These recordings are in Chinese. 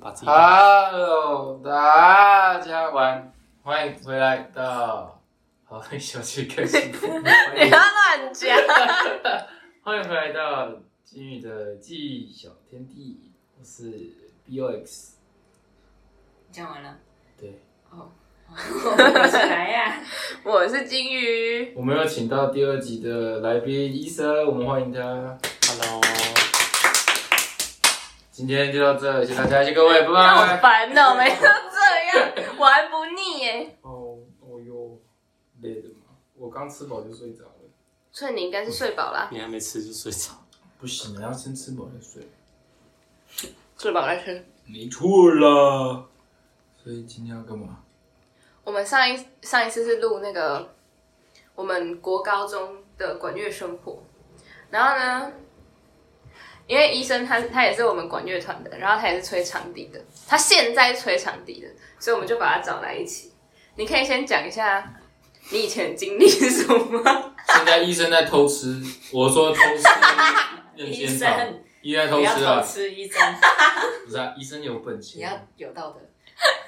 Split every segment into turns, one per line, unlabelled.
把自己
啊
打
Hello，大家晚，欢迎回来到好会小气更新，欢
你
迎
要乱讲。
欢迎回来到金宇的记忆小天地，我是 BOX，
讲完了，
对，
我起来呀、
我是金鱼，
我们有请到第二集的来宾医生，我们欢迎他，
Hello，
今天就到这，谢谢大家，谢谢各位，拜
你好
拜。
烦哦，每次都这样，玩不腻耶。
哦，哦哟，累了吗？我刚吃饱就睡着了，
所以你应该是睡饱啦，
你还没吃就睡着，
不行，要先吃饱再睡。
睡饱来吃。
没错啦，所以今天要干嘛？
我们上一上一次是录那个我们国高中的管乐生活，然后呢，因为医生他他也是我们管乐团的，然后他也是吹长笛的，他现在是吹长笛的，所以我们就把他找来一起。你可以先讲一下你以前的经历是什么吗？
现在医生在偷吃，我说偷吃，认
医
真讨
生，
医生在
不
偷
要
吃啊
偷，吃医生，
不是啊，医生有本
你
钱，
要有道德，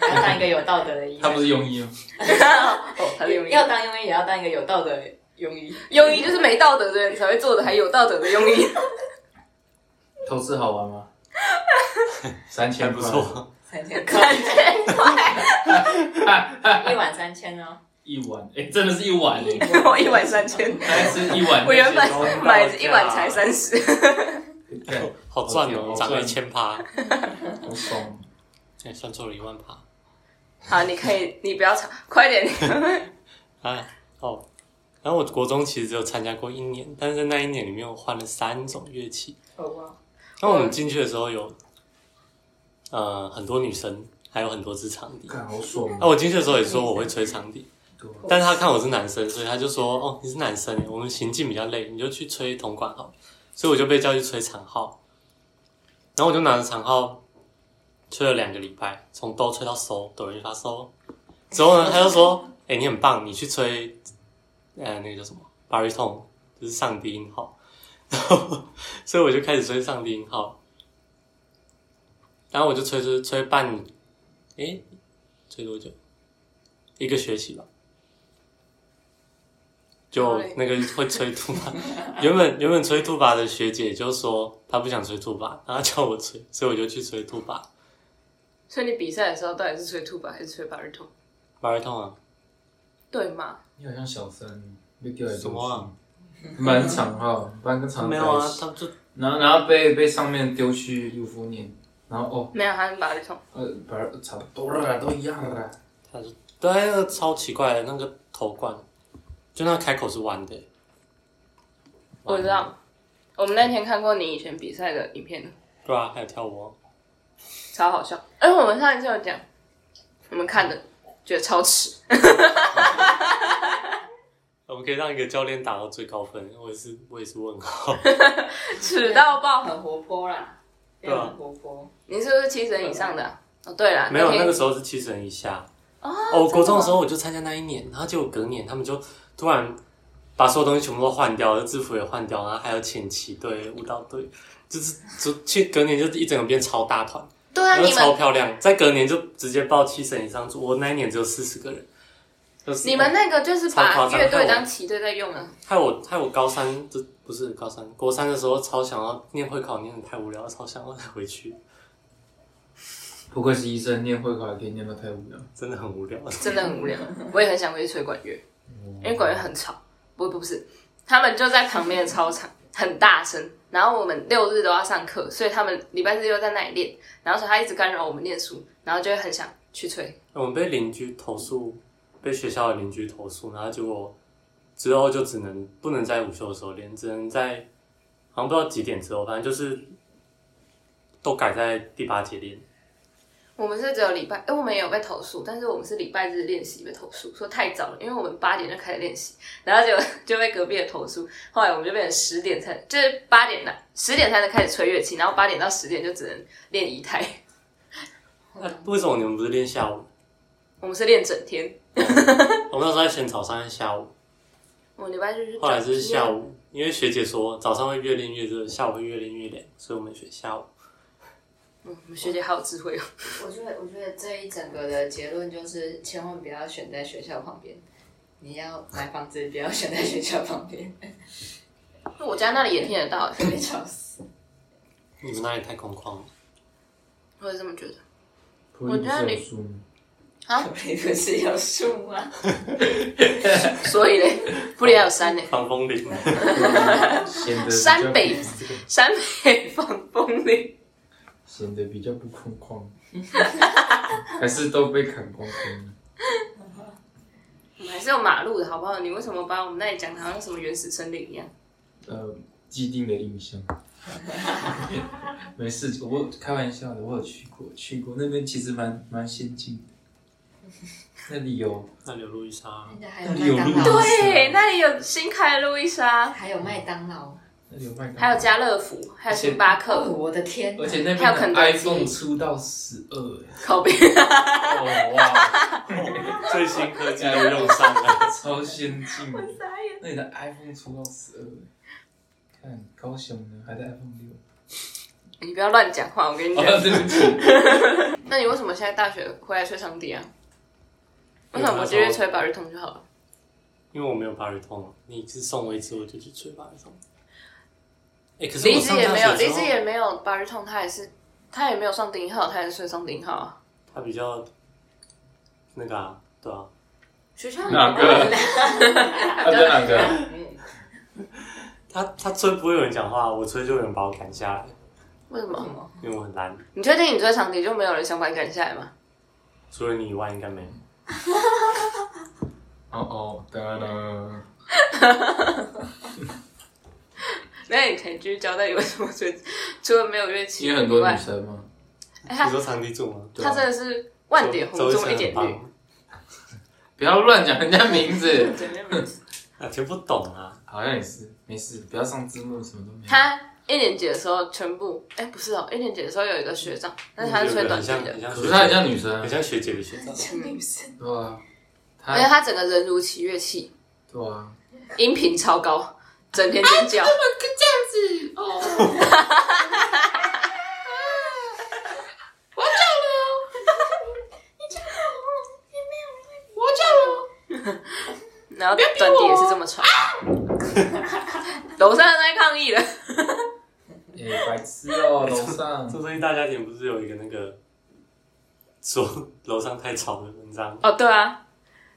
你要当一个有道德的医
他不
生，
是庸医吗？
哦，他是庸医，
要当庸医也要当一个有道德的庸医。
庸医就是没道德的人才会做的，还有道德的庸医。
偷吃好玩吗？三
还
千
不
块，
错。
三千
三
块，
千块，
一晚三千哦，
一碗，哎，真的是一碗哎，
我一碗三千。
他在吃一碗那些东西，
我原本买
的
一碗才三十，
对
好赚
好
哦，
赚
涨了一千趴，
好爽，
哎，算错了一万趴
好，你可以，你不要吵，快点。
啊！哦，然后我国中其实只有参加过一年，但是那一年里面我换了三种乐器，
哦哇，
那我们进去的时候有，呃，很多女生，还有很多支长笛。
干好爽
那、，我进去的时候也说我会吹长笛，
对啊
但是他看我是男生，所以他就说：“哦，你是男生，我们行进比较累，你就去吹铜管好了。”所以我就被叫去吹长号，然后我就拿着长号吹了两个礼拜，从哆吹到嗦，哆来咪发嗦。之后呢，他就说：“ 哎、你很棒，你去吹，呃，那个叫什么 baritone，就是上低音号。” 然后，所以我就开始吹上低音号，然后我就吹吹吹半，哎、吹多久？一个学期吧。就那个会吹吐吧，原本原本吹兔把的学姐就说她不想吹兔把，然后叫我吹，所以我就去吹兔把。
所以你比赛的时候到底是吹兔吧还是吹八日筒？
巴尔痛啊，
对吗？
你好像小三被丢来丢
什么啊
去，蛮长哈，不然跟长
没有啊，他就
然后然后被被上面丢去六福年，然后哦，
没有，他是八日筒。
呃，反正差不多了啦，都一样了啦。
他就对那个超奇怪的那个头冠，就那个开口是弯的、
我知道，我们那天看过你以前比赛的影片了，
对啊，还有跳舞哦，
超好笑。哎，我们上一次有讲，我们看的觉得超耻。
我们可以让一个教练打到最高分，我也是我也是问 号，
耻到爆！
很活泼啦，
对啊
很活泼，
你是不是七十人以上的啊？哦，对了，
没有
天
那个时候是七十人以下，
哦，
哦，我国中的时
候
候我就参加那一年，然后结果隔年他们就突然把所有东西全部都换掉了，制服也换掉，然后还有前旗队、舞蹈队，就是就去隔年就一整个变超大团，
对啊，
然后
你
超
们
漂亮。再隔年就直接报七省以上组，我那一年只有四十个人。就是
你们那个就是
超
把
夸张
乐
害
队
我
当旗队在用啊。
害我害我高三就不是高三，国三的时候超想要念会考，念的太无聊，超想要回去，
不愧是医生，念会考也可以念到太无聊。
真的很无聊。
真的很无聊。我也很想回去吹管乐，因为管乐很吵。不不不是，他们就在旁边的操场，很大声。然后我们六日都要上课，所以他们礼拜日又在那里练。然后所以他一直干扰我们念书，然后就会很想去吹。
我们被邻居投诉，被学校的邻居投诉，然后结果之后就只能不能在午休的时候练，只能在好像不知道几点之后，反正就是都改在第八节练。
我们是只有礼拜，哎，我们也有被投诉，但是我们是礼拜日练习被投诉，说太早了，因为我们八点就开始练习，然后就 就被隔壁的投诉，后来我们就变成十点才，就是八点来，十点才能开始吹乐器，然后八点到十点就只能练仪态，
那、
嗯
为什么你们不是练下午？
我们是练整天，
我们那时候在选早上和下午，
我礼拜日是
后来是下
午，
午，因为学姐说早上会越练越热，下午会越练越凉，所以我们选下午。
嗯，我们学姐好有智慧哦。
我觉得，我觉得这一整个的结论就是，千万不要选在学校旁边。你要买房子，不要选在学校旁边，
我家那里也听得到，
被吵死。
你们那里太空旷了，
我是这么觉得。
我
觉得你
我们不是有树吗？
所以 嘞，布里还有山呢，
防风林。
显得比较
山北山北防风林，
显得比较不空旷，还是都被砍光光了。
我们还是有马路的好不好？你为什么把我们那里讲的好像什么原始森林一样？
呃，既定的印象。没事，我开玩笑的，我有去过，去过那边其实蛮蛮先进的，那里有
那里有路易莎，
现在还有
那里有
麦
路易
当劳，
对，那里有新开的路易莎，
还有麦当劳。
那里有麦当劳，
还有家乐福，还有星巴
哦，
克，
我的天！
而且那
还有肯
边的
德基
iPhone 出到十二，欸
口碑。
哦哇，
最新科 技都用上了。
超先进的，
傻眼
那里的 iPhone 出到十二，看高雄呢还在 iPhone 六，
你不要乱讲话，我跟你讲。
哦对不起，
那你为什么现在大学回来吹长笛啊？为什么不继续吹百日通就好了？
因为我没有巴瑞通，你是送我一支，我就去吹巴瑞通。哎、可是
李
我
子
上
也没有，
大学
李
之
子
后，
也没有百日通，他也是，他也没有上顶号，他也是吹上顶号啊。
他比较那个啊，对啊，
学校
哪个？
啊
他在哪个？
他他吹不会有人讲话，我吹就有人把我赶下来，
为什
为什
么？
么？
因为我很懒。
你确定你吹长笛就没有人想把你赶下来吗？
除了你以外，应该没有。
哦哦，当然了。
那你可以继续交代你为什么吹，除了没有乐器
因为很多
以
女
外，
生嘛，
哎
你
他
说场地住吗？
对啊
他真的是万点红
周周
中
医生很
一点绿，
棒，
不要乱讲人家名字。
对没有没有
啊，听不懂啊，
好像也是，没事，不要上字幕，什么都
嗯
没有。
他一年级的时候全部，哎不是哦，一年级的时候有一个学长，
嗯
但是他是吹短笛
有个
的
很像，很像学
可是
姐，
她很像女生啊
很，像学姐的学长。
像女生，
对啊，
而且
她
他整个人如其乐器，
对啊，
音频超高，整天 尖叫。哦然后短笛也是这 么长，楼上在抗议了。
哎、白痴哦、楼上
这最近大家庭不是有一个那个说楼上太吵的文章？
哦，对啊，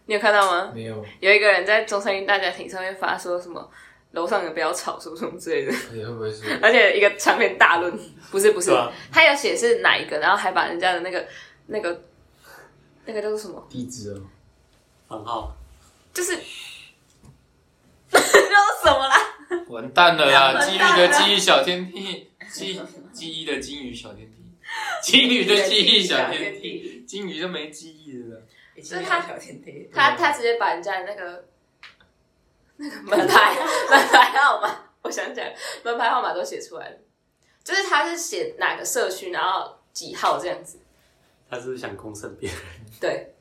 你有看到吗？
没有，
有一个人在中山一大家庭上面发说什么楼上也不要吵，什么什么之类的，
而且会不会是
而且一个长篇大论，不是不是，
对啊
他有写是哪一个，然后还把人家的那个那个那个叫做什么，
地址哦、
房号
就是 叫做什么啦？
完蛋了啦！
完
基
蛋
于
了
的记忆小天地，记记忆的金鱼小天地，金鱼的记忆小天地，金鱼就没记忆了。
已经有小天地。
他他直接把人家的那个那个门牌门牌号码，我想起来了，门牌号码都写出来了，就是他是写哪个社区，然后几号这样子。
他是不是想公审别人？
对，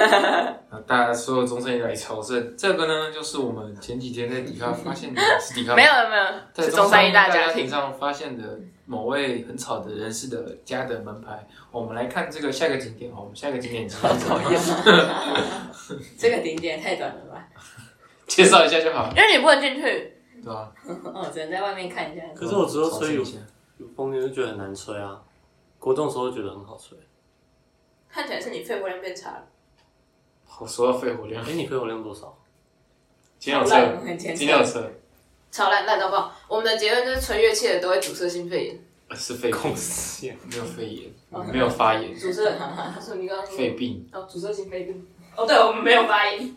啊，大家所有中生以来朝圣，这个呢，就是我们前几天在迪卡发现的，是迪卡吗
没有没有没有，
在
是中山一大
家
家庭。
上发现的某位很吵的人士的家的门牌。我们来看这个下个景点哦，我们下个景点介绍
这个顶点也太短了吧？
介绍一下就好，
因为你不能进去，
对吧、
哦，只能在外面看一下。
可是我之后吹有
朝圣一下
有风牛就觉得很难吹啊，国中的时候觉得很好吹。
看起来是你肺活量变差了。
我说到肺活量
哎、，你肺活量多少？
今天有
好烂
测
我，很
今
虔诚
天有测，
超烂烂到爆！我们的结论就是纯乐器的都会阻塞性肺炎。
呃是肺
公
炎，
司
没有肺炎，
哦
没有发炎，
阻塞， 他说你刚刚说
肺病。
哦，阻塞性肺病。哦，对，我们没有 发音。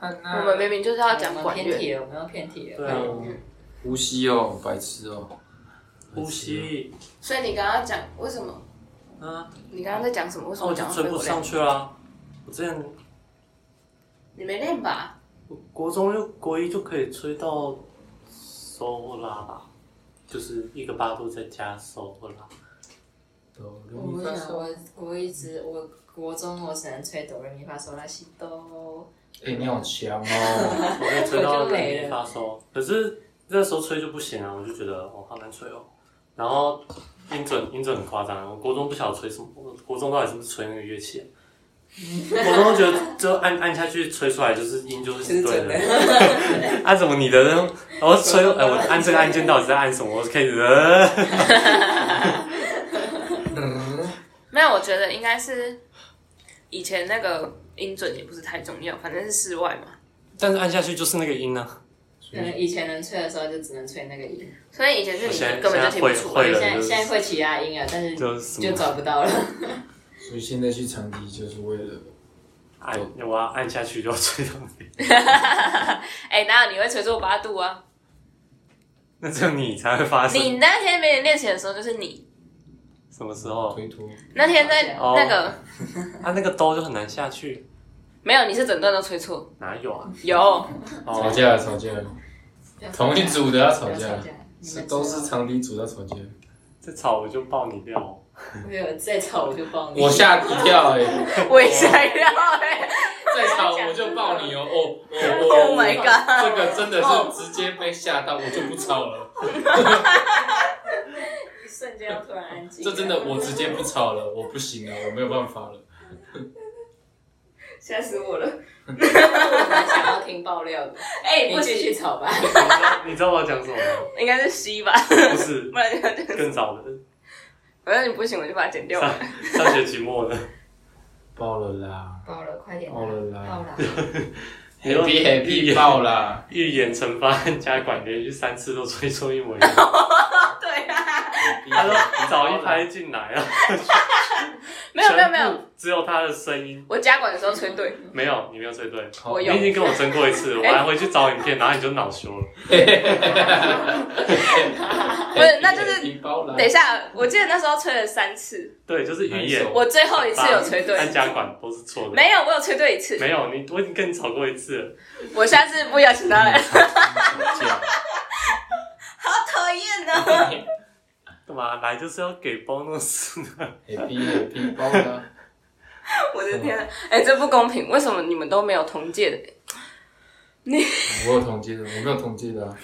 啊
我们明明就是要讲
我
管
们偏
乐。
题了，我们要偏题
对
了。
啊，
呼吸哦，白痴哦，
呼吸
所以你刚刚讲为什么？
啊，
你刚刚在讲什么？为什
那哦
么
我就
讲到
吹
肺
不
活
上
量？
去啦、我之前
你没练吧？
国中就国一就可以吹到收拉吧，就是一个八度再加收拉。
我想我我一直我国中我只能吹哆来咪发嗦拉西哆，
哎、你好强哦！
我可以吹到
我就没
人
了
力发烧，可是那时候吹就不行啊，我就觉得哦好难吹哦。然后音准音准很夸张。我国中不晓得吹什么，我国中到底是不是吹那个乐器、啊？国中觉得就按按下去吹出来就是音就是对
准
的，按什么你的那种，然后吹哎、我按这个按键到底在按什么？我开始、呃、
没有，我觉得应该是以前那个音准也不是太重要，反正是室外嘛，
但是按下去就是那个音啊。
可能以前能吹的时候就只能吹那个音，
所以以前是
现在
你根本就听不
现在
出
会
来
会。
现
了
在现在会其他音啊，但是
就是什么
就找不到了。
所以现在去长笛就是为了
按我要按下去就要吹到那里，
哎、哪有你会吹奏八度啊？
那只有你才会发
你
生。
那天没练琴的时候就是你，
什么时候？
推脱。
那天在
哦
那个、
啊，那个兜就很难下去，
没有，你是整段都吹错。
哪有啊？
有，
吵
哦，
架了，吵架了， 同一组的要吵
不要
架
吵
了
架，，你
是
们
都
知
是
道
长笛组要吵架了。
这草我就爆你料。哦
没有再吵我就爆你。
我吓一跳哎、欸，
我也想要哎、
再吵我就抱你哦哦哦哦
Oh my god
这个真的是直接被吓到，我就不吵了。
一瞬间要突然安静，
这真的我直接不吵了，我不行了，我没有办法了。
吓死 我了。我蛮想要听爆料的，
哎、
你
不
继续
行，
吵吧。
你知道我要讲什么 吗？
应该是 C 吧，
不是
不然就
更早 的，
反正你不行我就把它剪掉
上
了。
上学期末的，
爆了啦，
爆了，快点
爆
啦，
了
爆
啦
了。
，happy happy 爆啦，
预言惩罚加管连续三次都吹出一 模一样。
对啊，
他说早一拍进来啊，
没有没有没有，，
只有他的声音，
我加管的时候吹对，
没有你没有吹对，
好
我
你
有
已经跟我争过一次，我
哎
还回去找影片，然后你就恼羞了。
不是那就是
happy happy 爆啦
等一下，我记得那时候吹了三次，
对，就是预言
哪一。首
我最后一次有吹对，
按加管都是错的。
没有，我有吹对一次。
没有，你我已经跟你吵过一次 了。
我下次不邀请他来，
嗯
吵架，
好 讨厌哦呢。
干嘛来就是要给 bonus 的？
happy happy 爆啦，
我的天啊，哎、这不公平，为什么你们都没有同届的？
我有统计的，我没有统计的、 啊，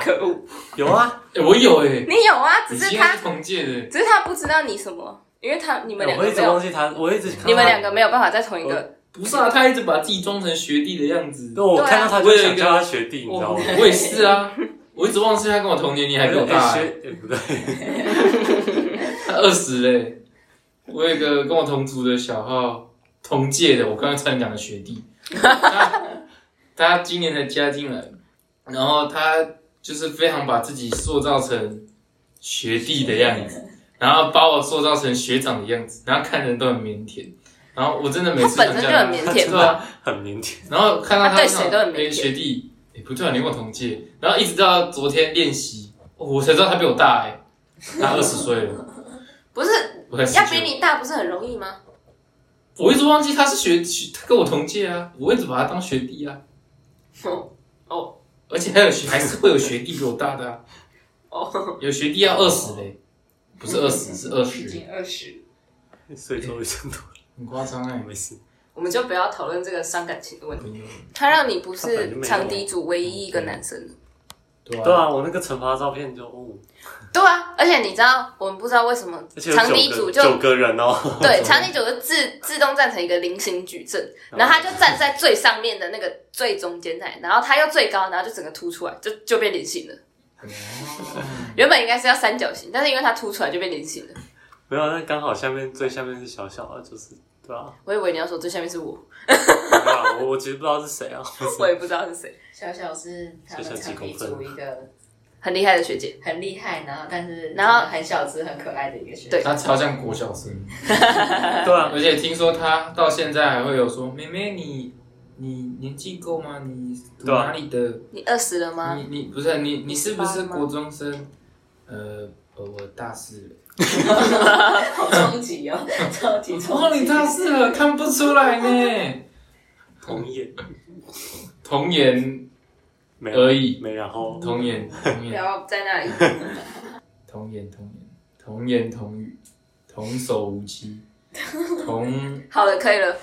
可恶，
有啊，
哎、我有哎、
你有啊，只
你
是
今
他
天是同届的，
只是他不知道你什么，因为他你们
哎
两
我
个
一直
没有
忘，记他，我一直看到他
你们两个没有办法在同一个。
不是啊，他一直把自己装成学弟的样子。
对，我
对啊
看到他就想叫他学弟，你知道
我
吗？
我也是啊，我一直忘记他跟我同年龄，还比我 大、
哎
欸，
学哎不对，
他二十嘞。我有一个跟我同族的小号，同届的，我刚刚才讲的学弟，他他今年才加进来，然后他就是非常把自己塑造成学弟的样子，然后把我塑造成学长的样子，然后看人都很腼腆，然后我真的每
他
次
本身
看
就
到
很腼
他
腆
真
对啊
的很腼腆。
然后看到
他
他
对
那种
谁都很腼
哎
腆
学弟，哎、不对啊，你跟我同届，然后一直到昨天练习，哦我才知道他比我大哎、他二十岁了，
不是
我才十
要比
九。
你大，不是很容易吗？
我一直忘记他是学学，他跟我同届啊，我一直把他当学弟啊。
哦哦，
而且还有学还是会有学弟比我大的啊，
哦，
有学弟要二十嘞，不是二十是二
已
十，
经二十，
所以说 我真的
很夸张哎。
没事，
我们就不要讨论这个伤感情的问题。
朋友
嗯他让你不
他本来
是
就没有啊
长笛组唯一一个男生。
对啊，
对啊，我那个惩罚照片就，哦，
对啊，而且你知道，我们不知道为什么
而且有
长笛
九
组
个
就
九个人哦，
对长笛组就自自动站成一个菱形矩阵，然后他就站在最上面的那个最中间那里，然后他又最高，然后就整个凸出来，就就变菱形了。
嗯
啊
原本应该是要三角形，但是因为它凸出来就变菱形 了。
没有，那刚好下面最下面是小小的，就是对啊，
我以为你要说最下面是我，
没有啊我我其实不知道是谁 啊，
我也不知道是谁，
小小是他们场地组一个
很厉害的学姐。
很厉害，然后但是
然后
很小只、很可爱的一个学生。
对
他超像国小生，
对啊，
而且听说他到现在还会有说，妹妹你你年纪够吗？你读
对啊
哪里的？
你二十了吗？
嗯
你你不是你你是不是
18吗
国中生？呃，呃我大四了。
好冲击 哦，超级冲
哦，
击！
你大四了，看不出来呢。
童颜
童颜，
没
而已
没然后
童颜，童
不
颜，
要在那里。
童颜，童颜，童言童语，童叟无欺，童
好了，可以了，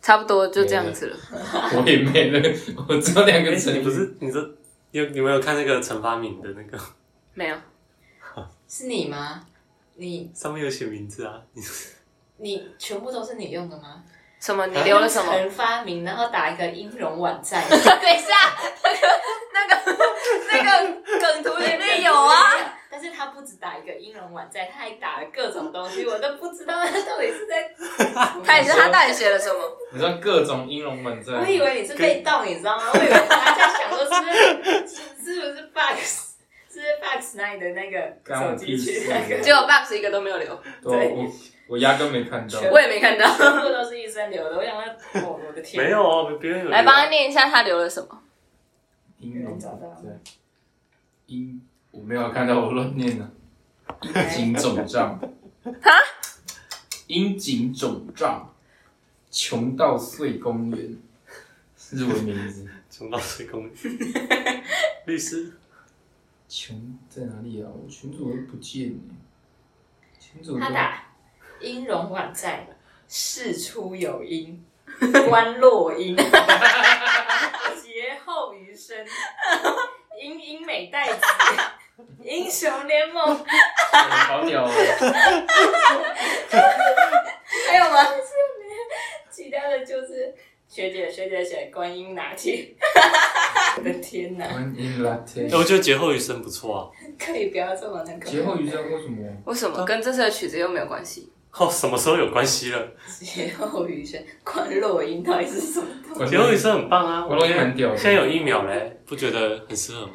差不多就这样子了。
我也没了，我只有两
哎
个成
你
语
不。是你这你有你没有看那个陈发敏的那个？
没有，
是你吗？你
上面有写名字啊，你
你全部都是你用的吗？
什么？你留了什
用
么？
陈发明，然后打一个音容宛在。
等一下，那个那个那个梗图里面有啊。，
但是他不止打一个音容宛在，他还打了各种东西，我都不知道他到底 是在。
他也是他到底写了什么？
你知道各种音容满在，
我以为你是被盗，你知 道吗？我以为他在想说是不是是不是 Box，是不是 Box 拿你的那个
干
手
我
机
屁
去
事
那个，
结果 box 一个都没有留，
对，我我压根没看到。
全
我也没看到。
全部都是医生留的。我想说，我我的天，
没有哦，别人有
来帮他念一下他留了什么。
音容
找到
对，音我没有看到，我乱念了。阴茎肿胀， 哈，阴茎肿胀，穷到碎公园，日文名字，
穷到水公园 律 师
穷在哪里啊？我群主都不见了，群主都
他
嗯
打音容宛在，事出有因， 观落音， 劫后余生，英英美代子， 英雄联盟，
好屌哦！
还有吗？其他的就是学姐学姐写观音拿铁， 我的天哪，
欢迎 latte
哎。我觉得劫后余生不错啊。
可以不要这么那个吗
劫后余生为什么？
为什么跟这次的曲子又没有关系？
哦，什么时候有关系了？
劫后余生，观落音到底是什么东西？
劫后余生很棒啊，
我
我
都
现
蛮
在
屌的
现在有疫苗嘞，不觉得很适合吗？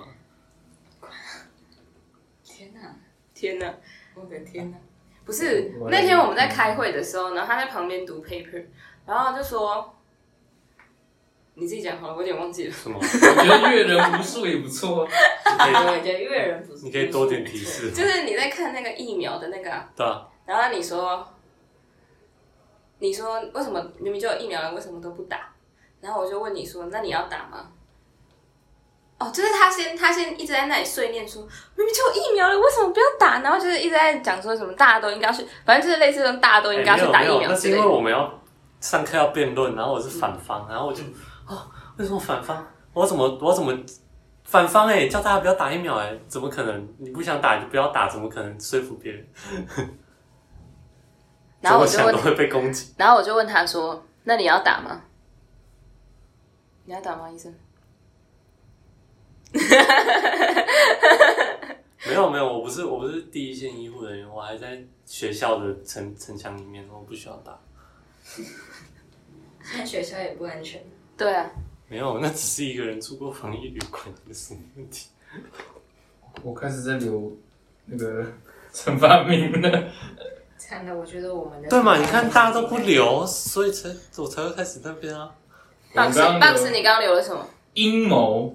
天哪，
天哪！
我的天哪！
不是那天我们在开会的时候呢，他在旁边读 paper，然后就说：“你自己讲好了，我有点忘记了。
什么？
我觉得阅人无数也不错啊。
你
我觉得阅人不
可以
是，
你可以多点提示”，
就是你在看那个疫苗的那个、啊，
对啊，
然后你说：“你说为什么明明就有疫苗了，为什么都不打？”然后我就问你说：“那你要打吗？”哦，就是他先，他先一直在那里碎念说，明明就有疫苗了，为什么不要打？然后就是一直在讲说什么大家都应该去，反正就是类似这种大家都应该
哎
去
没有
打
没
疫
有，
苗
那是
之
因
类
为
的。
我们要上课要辩论，然后我是反
嗯
方，然后我就哦，为什么反方？我怎么我怎么反方？哎，叫大家不要打疫苗，哎，怎么可能？你不想打你就不要打，怎么可能说服别人？
然后我
怎
就
么
问
想都会被攻击。
然后我就问他说：“那你要打吗？你要打吗，医生
没有没有，我不是我不是第一线医护人员，我还在学校的城城墙里面，我不需要打。
现在学校也不安全。？”
对啊，
没有，那只是一个人住过防疫旅馆的什么问题？
我开始在留那个 陈发明了，
惨了，我觉得我们的
对嘛？你看大家都不留，所以才我才会开始那边啊。
我
棒
刚
子，
刚
棒
留
子，你刚刚留了什么？
阴谋，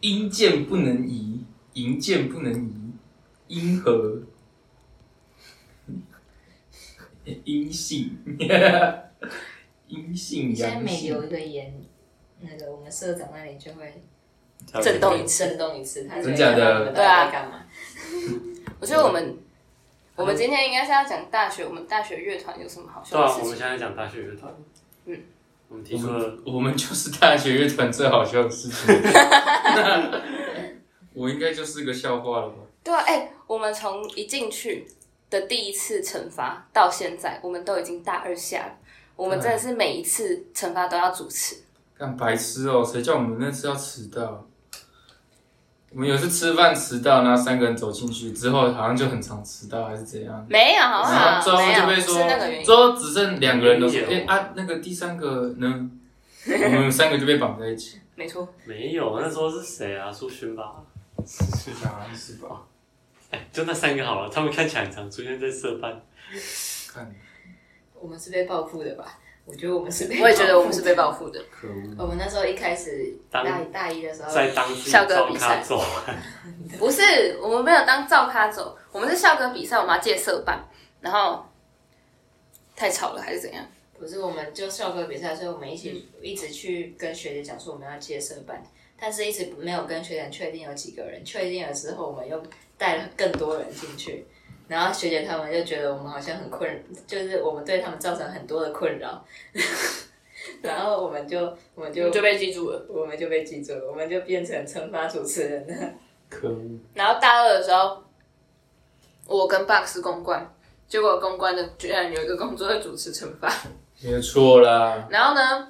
阴见不能移，银见不能移，阴和，阴性，阴性
啊
现在
阳
每留
性，
一个言，那个我们社长那里就会
震动一
震
次。
动一次，他就
真假的
会知道我们到
啊
底在干嘛？
我觉得我们，我们今天应该是要讲大学，我们大学乐团有什么好
对
笑的
啊，
事
我们
情？
现在讲大学乐团，
嗯，
我们
我
提出了
们我们就是大学乐团最好笑的事情。我应该就是个笑话了吧？
对啊，哎、我们从一进去的第一次惩罚到现在，我们都已经大二下了。我们真的是每一次惩罚都要主持，
干白痴哦、谁叫我们那次要迟到？我们有一次吃饭迟到，然后三个人走进去之后，好像就很常迟到，还是怎样？
没有，好不
然后最
好？
后
没
就
有，
被
不
说
是那个原，因
最。后只剩两个人都说，
没
哎、
有
啊，那个第三个呢？我们三个就被绑在一起，
没错，
没有，那时候是谁啊？苏勋吧？
好像是吧？
哎，就那三个好了，他们看起来很常出现在社办。
看，
我们是被报复的吧？我觉得我们是被，
我也觉得我们是被报。复的。
可恶！
我们那时候一开始
当
大大一的时候，
在当地
呃校歌
招
比
咖
赛
走，
不是，我们没有当照咖走，我们是校歌比赛，我们要借社办，然后太吵了还是怎样？
不是我们就校歌比赛，所以我们一起一直去跟学姐讲说我们要借社办，但是一直没有跟学姐确定有几个人，确定了之后，我们又带了更多人进去。然后学姐他们就觉得我们好像很困，就是我们对他们造成很多的困扰， 然后我们就我们就
被记住了。
我们就被记住了，我们就变成惩罚主持人了。
可恶！
然后大二的时候，我跟 Box 公关，结果公关的居然有一个工作在主持惩罚。
没有错啦。
然后呢，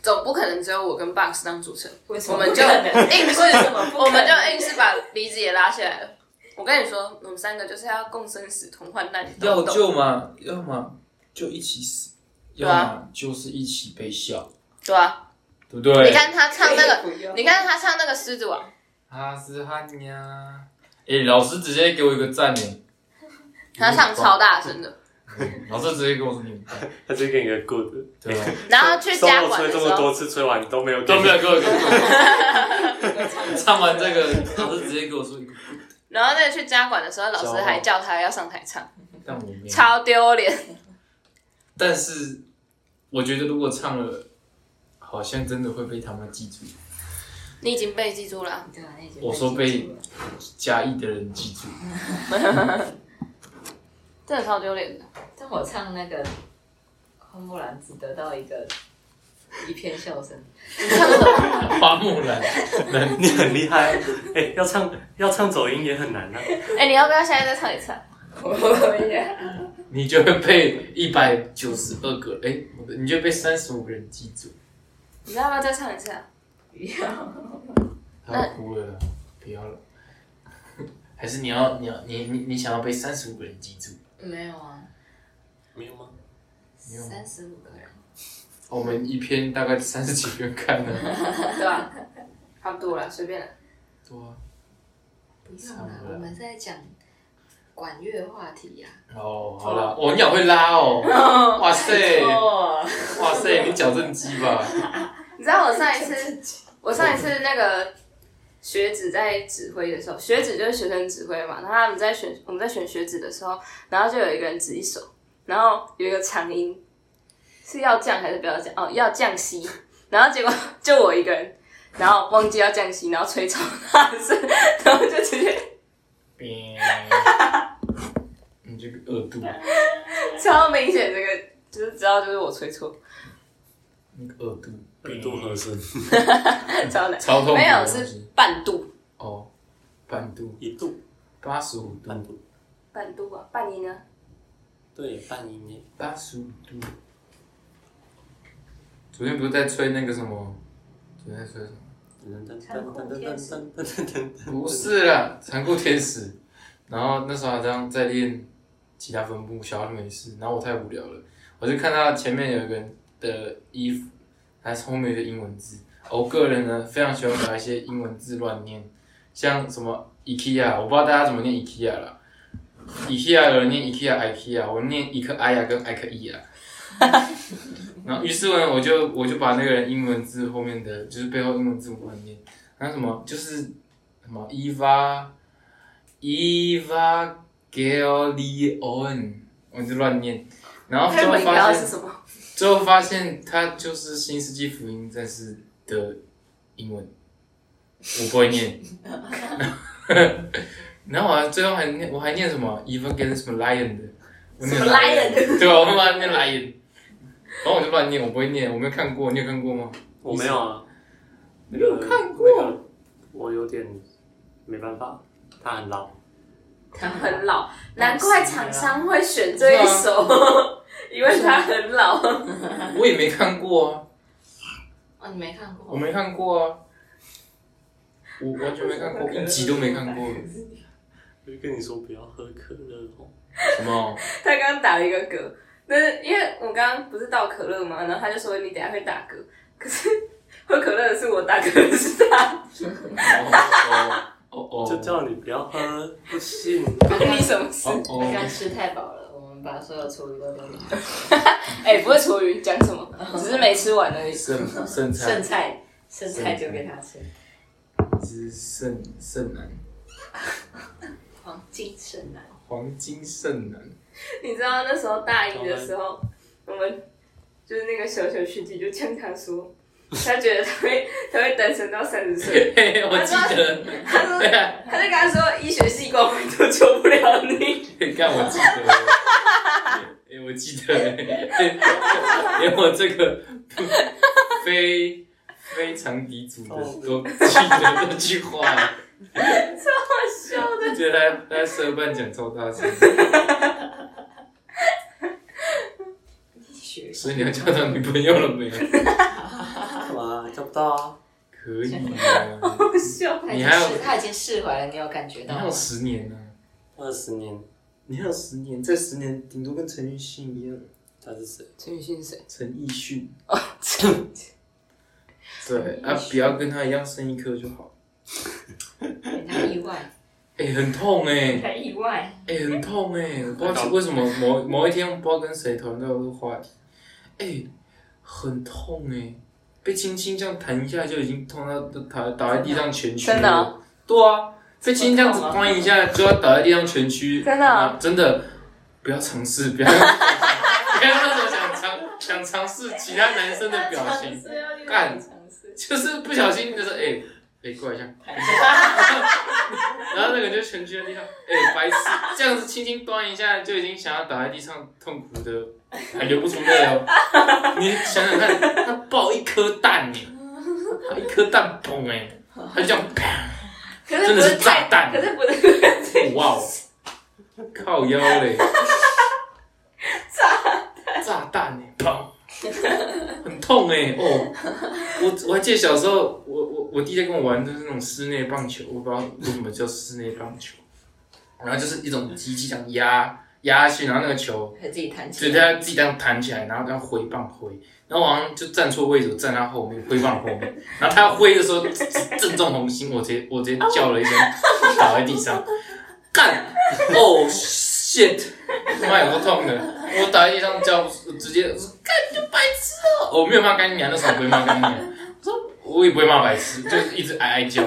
总不可能只有我跟 Box 当主持人，
为什
我
么
们
不
就
可能？
硬是
为什么不可能
我们就哎硬是把梨子也拉下来了。我跟你说，我们三个就是要共生死，同患难。
要
同斗
救嘛，要么就一起死，要
对啊
么就是一起被笑，
对啊，
对不对？
你看他唱那个，
不用
你看他唱那个《狮子王》，
哈斯汉呀！哎、老师直接给我一个赞呢。
他唱超大声的，
老师直接跟我说你很棒，
他就给你个 good，
对啊吧？
然后去
收
加
我
管
吹
的时
这么
候，
多次，吹完都没有给
都
你
没有给我一个唱完这个，老师直接给我说一个，
然后那个去加管的时候，老师还叫他要上台唱，
但我没有。
超丢脸。
但是我觉得如果唱了，好像真的会被他们记住，
你已经被记住了啊，
对啊那已经
我说
记
被
住了
嘉义的人记住。
真的超丢 脸的。
但我唱那个《花木兰》只得到一个一片笑声，
哦花木兰，
你很厉害，哎、要唱要唱走音也很难啊。
哎，你要不要现在再唱一次啊？
我也
你就会被一百九十二个，哎、你就会被三十五个人记住。
你要不要再唱一次 啊？
不要。
他哭了啦，不要了。还是你要你要你你你想要被三十五个人记住？
没有啊，
没有吗？
没有
三十五个人，
我们一篇大概三十几个人看呢、
对啊，差不多了，随便了。
对啊。
不用啦，我们在讲管乐话题啊呀、
哦，好啦，哦，你好会拉哦！哇塞，
哦，
哇塞，你矫正机吧？
你知道我上一 次，我上一次那个学子在指挥的时候，学子就是学生指挥嘛，然后他们在选我们在选学子的时候，然后就有一个人指一首，然后有一个长音是要降还是不要降？哦，要降息，然后结果就我一个人，然后忘记要降息，然后吹超大声， 然后就直接
你这个恶毒，啊
超明显，这个就是知道就是我吹错，
那个恶毒，
比度和声，
超难，
超痛苦的
没有
东西
是半度，
哦，半度
一度
八十五
半
度，
度，
半度啊，半音呢？
对，半音耶。
八十五度。昨天不是在吹那个什么？昨天在吹什么？
噔噔噔噔噔噔噔噔噔噔。
不是啊啦，残酷天使。然后那时候好像在练吉他分部，小孩没事，然后我太无聊了，我就看到前面有一个人的衣服，还是后面有一个英文字。我个人呢非常喜欢把一些英文字乱念，像什么 IKEA，我不知道大家怎么念 IKEA 啦。IKEA 有人念 IKEA、IKEA，我念伊克埃呀啊跟埃克伊呀。然后于是呢，我就我就把那个人英文字后面的就是背后英文字母乱念，然后什么就是什么 Eva Eva Galion，我就乱念，然后最
英
后
文
发
要
现
是什么？
最后发现它就是《新世纪福音战士》的英文，我不会念。然后我还最后还念，我还念什么 even 跟什么 lion 的，我念
什么 lion？
对吧？我他妈念 lion，然后我就乱念，我不会念，我没有看过，你有看过吗？
我没有啊，
没有看过
那个我有点没办法，他很老。
他
很老，难怪厂商会选这一首，因为它很老。
我也没看过啊，
哦，你没看过？
我没看过啊，我完全没看过，一集都没看过，
我就跟你说不要喝可乐哦。
什么？
他刚刚打了一个嗝，但是因为我刚刚不是倒可乐嘛，然后他就说你等一下会打嗝，可是喝可乐的是我，打嗝的是他，
哦哦哦，
就叫你不要喝，不信。
关你什么事？
哦
他刚
哦，
吃太饱了，我们把所有厨余都给 你。
哎、不会厨余，讲什么？只是没吃完而已。
剩剩菜
剩菜，剩菜就给他吃。
之圣圣男，
黄金圣男，
黄金圣男，
你知道那时候大一的时候，我们就是那个小小学弟就呛他说，他觉得他会 他会单身到三十岁。
嘿嘿，我记得，
他说，
对啊，
他就跟他说，医学系光辉都救不了你。
看我记得，哎、我记得，哎连我这个非非常敌主的都记得这句话，
笑的
觉得他他社办讲超大声，
学
所以你要交到女朋友了没有？
干嘛交不到啊？
可以啊，
好笑。
他已
你
经
还有
释他已经释怀了，你有感觉
你
到
还
吗
有？十年呢、啊
二十年，你还有十年，这十年顶多跟陈奕迅一样。他是谁？
陈雨欣是谁？
陈奕迅。
哦
对啊，不要跟他一样生一颗就好。
人家意外，
哎、很痛哎、
他意外，
哎、很痛哎、我不知道为什么某某一天不知道跟谁讨论到这个话题，哎、很痛哎、被轻轻这样弹一下就已经痛到都倒倒在地上全曲了。
真的啊
对啊，被轻轻这样子关一下就要倒在地上全曲。
真的啊
真的，不要尝试，不要 不要那种想尝想尝试其他男生的表情，干就是不小心就是哎。哎、过来一下，然后那个就蜷曲在地上，哎、白痴，这样子轻轻端一下就已经想要倒在地上痛苦的，还流不出泪哦。你想想看，他爆一颗蛋呢，他一颗蛋砰哎，他就这样啪，
可
真的是炸弹
可，是不是
哇哦，靠腰嘞，炸弹哎，砰，很痛哎哦。我我还记得小时候，我我我弟在跟我玩的是那种室内棒球，我不知道为什么叫室内棒球，然后就是一种机器这样压压下去，然后那个球
他自己弹
所
起
以
来，
他自己这样弹起来，然后这样挥棒挥，然后我好像就站错位置，我站他后面挥 棒后面，然后他挥的时候直直正中红心，我直接我直接叫了一声，倒在地上，干，哦 shit，他妈有多痛的，我倒在地上叫，我直接我说干你白痴哦、我没有骂干你娘，那时候不会骂干你娘，我说我也不会骂白痴，就是一直哀哀叫，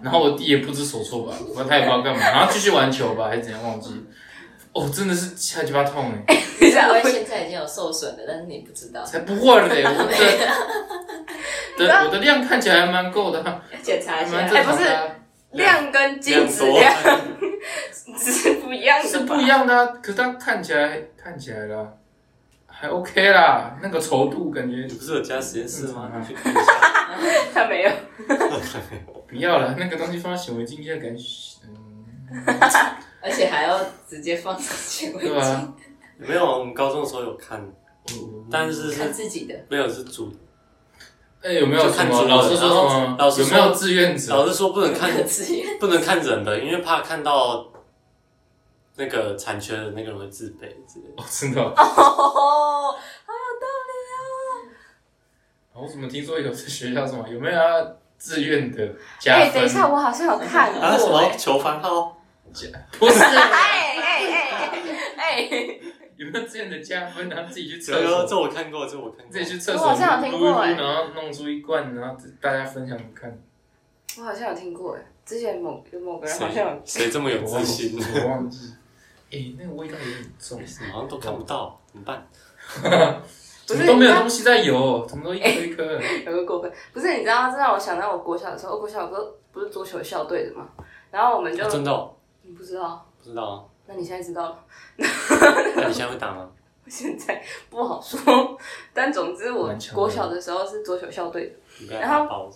然后我弟也不知所措吧，我他也不知道干嘛，然后继续玩球吧，还是怎样忘记了，哦真的是下鸡巴痛哎、
你会不会现在已经有受损了，但是你不知道，
才不会嘞！我 的
啊
的我的量看起来还蛮够的啊，
检查
还
一
蛮
下，
正
哎不
常
是
的啊，
量跟
这样
精子
多，
量是不一样的吧？
是不一样的啊。可是它看起来看起来啦，还 OK 啦，那个稠度感觉
你不是有加实验室吗？
嗯
你去看一下。
他没有。
不要了，那个东西放到显微镜现在感觉，嗯，
而且还要直接放上去，
对啊吧？
没有，我们高中的时候有看，
我
但是
看
嗯
是
自己的，
没有是主，
哎，有没有
就
什
看
么
中文
老师说什
然
么
后？老师
有没
说
有志愿者？
老师说不能看
自 己
不能看人的，因为怕看到那个残缺的那个人会自卑之类的。
哦，真的哦。
哦，好哎有
我怎么听说有在学校什么有没有要志愿的
道理
加
哎，等一下，
分？
我好像有看过。
啊，什么求番号？
不是，
哎哎哎哎哎！
有没有志愿的加分？然后自己 去
这
厕所
哎个。这我看过，这我看
自
过
己。去厕
我
所
好像有听
撸一
过
撸，
欸
然后弄出一罐，然后大家分享看。
我好像有听过哎，之前某有某个人好像
谁
有。
谁这么有自信？
我忘记。哎，那个味道有点重，
好像都看不到，怎么办？
怎
不
么
是
都没有
你知哎道
东西在游，怎么都一颗一颗。
有个过分，不是你知道，这让我想到我国小的时候，我国小不是不是足球校队的嘛，然后我们就、
啊真的哦
你不知道，
不知道啊。
那你现在知道了，
那你现在会打吗？
现在不好说， 但总之我
蛮强的
国小的时候是足球校队的，
你不要打爆。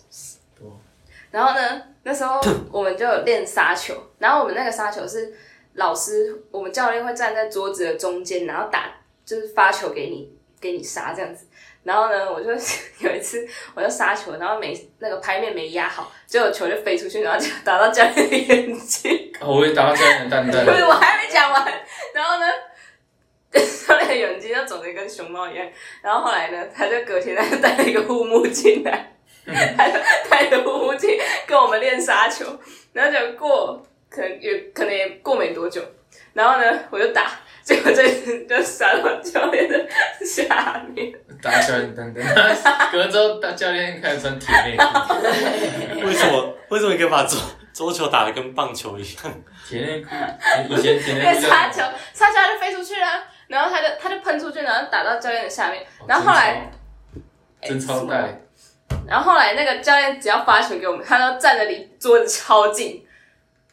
然后呢，那时候我们就有练杀球，然后我们那个杀球是老师，我们教练会站在桌子的中间，然后打就是发球给你，给你杀这样子。然后呢，我就 有一次我就杀球，然后没那个拍面没压好，结果球就飞出去，然后就打到教练的眼睛。
哦我也打到家人的蛋蛋
不是，
了。
我还没讲完。然后呢， 教练的眼睛就肿得跟熊猫一样。然后后来呢，他就隔天他就戴了一个护目镜来，
嗯
他就戴着护目镜跟我们练杀球。然后就过，可能也可能也过没多久，然后呢，我就打，结果这就杀到教练的下 面。
打家人的蛋蛋。隔周大教练开始穿铁内 裤，
为什么？为什么你可以把桌 桌球打得跟棒球一样？
铁内裤以前铁内
对，
裤叫
杀球
什么，
杀球他就飞出去了，然后他就他就喷出去，然后打到教练的下面。哎然后后来，
哦真超带，
然后后来那个教练只要发球给我们，他都站得离桌子超近，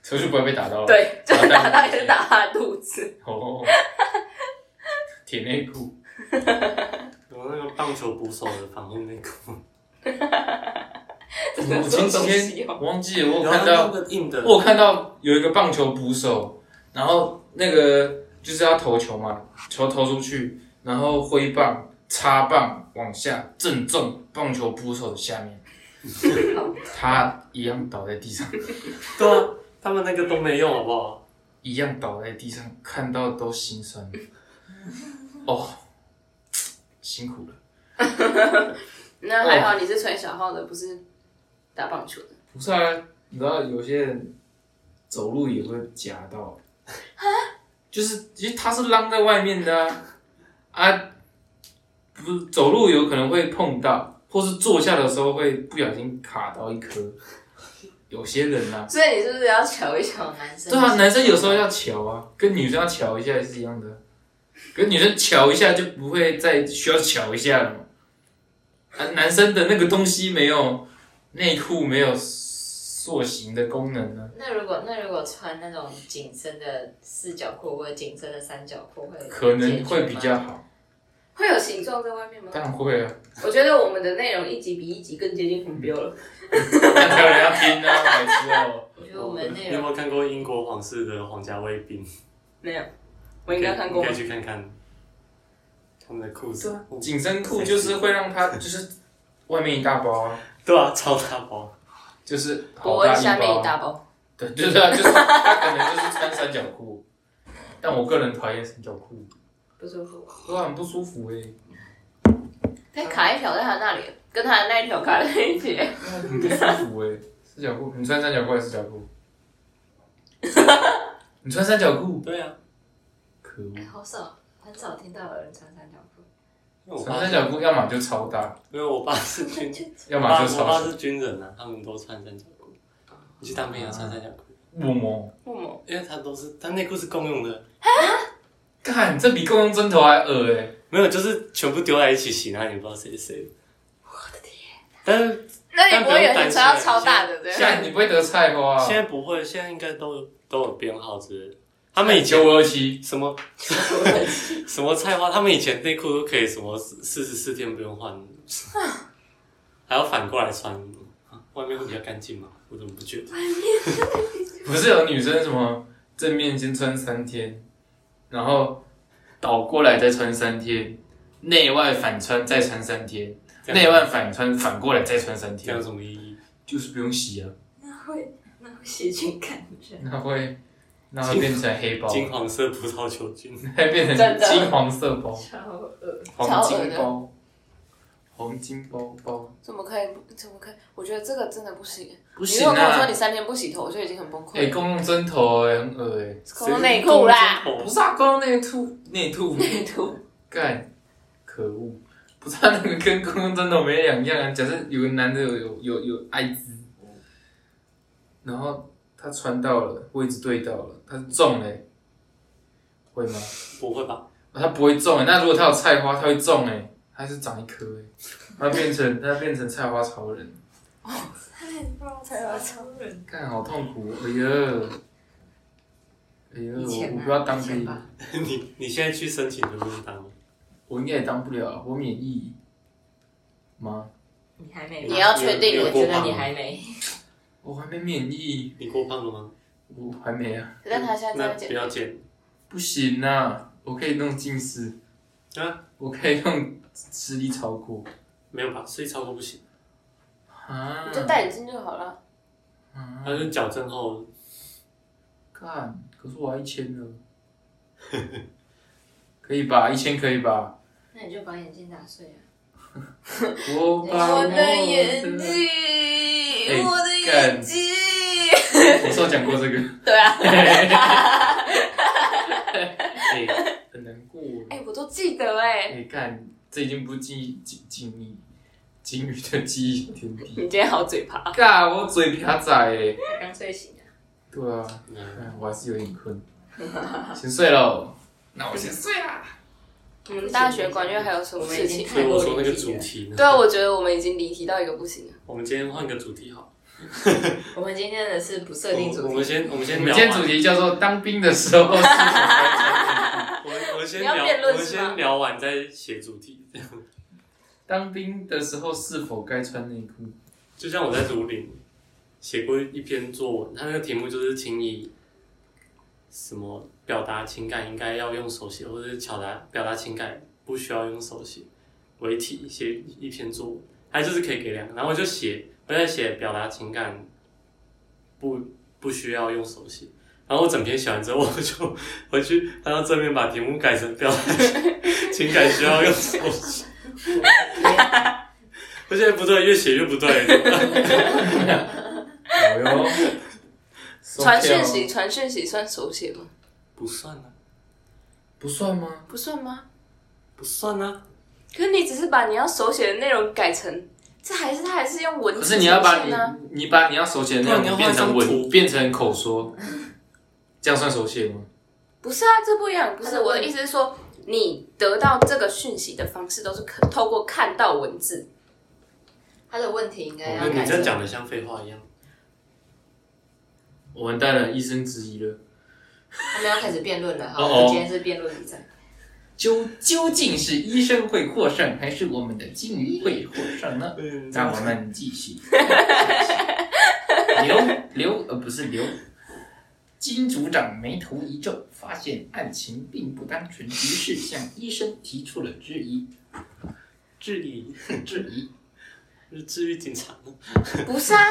球就不会被打到了。
对，就是
打到
打到
你
也是打他的肚子。
哦，铁内裤，
我那个棒球捕手的防护内裤，
我我前几天
哦
我忘记了，我有看
有啊
到
那个硬的，
我有看到有一个棒球捕手，然后那个就是要投球嘛，球投出去，然后挥棒、插棒往下正中棒球捕手的下面，他一样倒在地上，
对啊，他们那个都没用，好不好？
一样倒在地上，看到都心酸。哦，辛苦了。
那还好你是吹小号的，不是打棒球的。
不是啊，你知道有些人走路也会夹到，就是其实他是浪在外面的啊，啊，不是走路有可能会碰到，或是坐下的时候会不小心卡到一颗。有些人啊，
所以你是不是要瞧一瞧？
小男生
对啊，男生有时候要瞧啊，跟女生要瞧一下也是一样的，跟女生瞧一下就不会再需要瞧一下了嘛。啊，男生的那个东西没有内裤没有塑形的功能啊呢、
那如果那如果穿那种紧身的四角裤或者紧身的三角裤会
可能
解决
会
吗
比较好。
会有形状在外面吗？
当然会啊，
我觉得我们的内容一集比一集更接近红标了。
那没有人要听啊，白痴哦、
我觉得我们
你
内
有没
容
有看过英国皇室的皇家卫兵？
没有，我应该看过
你
吗
可以？去看看他们的裤子，哦
啊
紧身裤就是会让它就是外面一大包啊，
对啊，超大包，
就是
国
好大
文
一
下面
包
一大
啊。
包，
对，就是啊，就是他可能就是穿三角裤，但我个人讨厌三角裤，
不舒服。
都很不舒服哎、
哎，卡一条在他那里，跟他的那一条卡在一 起。
很不舒服哎、四角裤，你穿三角裤还是四角裤？ 你穿三角裤，
对啊，
可恶
哎，！好少，很少听到有人穿三角裤。
因为我
穿
爸
三，角裤要么就超大，
因为我爸是军，
要
我
么
爸
就
我
超
爸
小。啊
是军人啊，他们都穿三角裤，你去当兵也穿三角裤，
我摸，
为什么？
因为他都是他内裤是共用的，
干，这比共用针头还恶哎、
没有就是全部丢在一起洗，然后你不知道谁是谁。我的天！但是
那你不会有人穿到超大的对啊
现？在你不会得菜花、啊。
现在不会，现在应该都都有编号之类的。他们以前
九五二七，
什 么什么菜花，他们以前内裤都可以什么四十四天不用 换，还要反过来穿，啊外面会比较干净吗？我怎么不觉得？
不是有女生什么正面先穿三天，然后倒过来再穿三天，内外反穿再穿三天，
这样
内外反穿反过来再穿三
这样
天
有，什么意义？
就是不用洗啊，
那会那会细菌感染。
那会那会变成黑包，
金黄色葡萄球菌，
会变
真
成
的
金黄色包，
超恶，
黄
超恶
金
的
包，黄金包包，
怎么可以不？怎么可以？我觉得这个真的不行。
不
你如
行
果跟我说
啊
你！三天不洗头，我就已经很崩溃
哎，
了。
公用针头哎，很恶哎，
公用内裤啦
谁是公针
不
头
是啊，公用内裤内裤。
内裤
干，可恶！不是啊他那个跟公公真的没两样啊。假设有个男的有有有有艾滋，然后他传到了，位置对到了，他中嘞、会吗？
不会吧？
他不会中、欸，那如果他有菜花，他会中哎、他是长一颗哎、他变成他变成菜花超人，
才有超人。
干好痛苦，哎呦，哎呦，
以前
我
啊
不要当
以前
兵，
吧
你你现在去申请能不能当？
我应该也当不了，我免疫吗？
你还没吧？
你要确定
有
我
有过
觉
胖
得你
吗
还没。
我还没免疫，
你过胖了吗？
我还没啊。
但他现在
那不
在减
要减
不行啊，我可以弄近视，
啊！
我可以弄视力超过
没有吧？视力超过不行，
啊
你。就戴眼镜就好了。
啊
他就矫正后
干，可是我要一千了，可以吧？一千可以吧？
那你就把眼镜打碎啊！
我把
我的
眼睛，哎我的眼
睛。
我是有讲过这个，
对啊，
哎、很难过。
哎、我都记得哎、
哎、干，这已经不是记忆记记忆，金鱼的记忆天地。
你今天好嘴巴，
干，我嘴皮仔哎。
刚睡醒啊，
对啊。
嗯
哎，我还是有点 困，先睡喽。那我先睡啊啦。
我们大学管乐还有什么事情？
所以我说那个主题呢？
对啊，我觉得我们已经离题到一个不行了。
我们今天换个主题好。
我们今天的是不设定
我
主
我们
题，
先我们
我
先
们
聊
今天
完
主题叫做当兵的时候是什么？
我们我们先
你要辩
聊，我
论
们
是吗
先聊完再写主题。
当兵的时候是否该穿内裤？
就像我在竹林写过一篇作文，它那个题目就是请以什么表达情感应该要用手写，或者是表达表达情感不需要用手写为题写一篇作文，它就是可以给两个，然后我就写我在写表达情感不不需要用手写。然后我整篇写完之后，我就回去翻到正面，把题目改成表达情情感需要用手写。我现在不对，越写越不对。
哎呦，
传讯息，传讯息算手写吗？
不算啊，
不算吗？
不算吗？
不算啊，
可是你只是把你要手写的内容改成，这还是他还是用文字、
可
啊。
是你要把你你把你要手写的内容
不然你要
变
画一张
成
图
文，变成口说，
这样算手写吗？
不是啊，这不一样。不
他
是
的
我的
问
意思是说，你得到这个讯息的方式都是可透过看到文字。
他的问题应
哦
该
那
要
你
改
这样
成
讲的像废话一样。
我完蛋了，医生质疑了。
他们要开始辩论了哈。
哦哦
我们今天是辩论比赛，
究究竟是医生会获胜，还是我们的金鱼会获胜呢？
嗯
让我们继续。 刘刘呃不是刘，金组长眉头一皱，发现案情并不单纯，于是向医生提出了质疑。
质疑，
质疑
是治愈警察吗？
不是啊，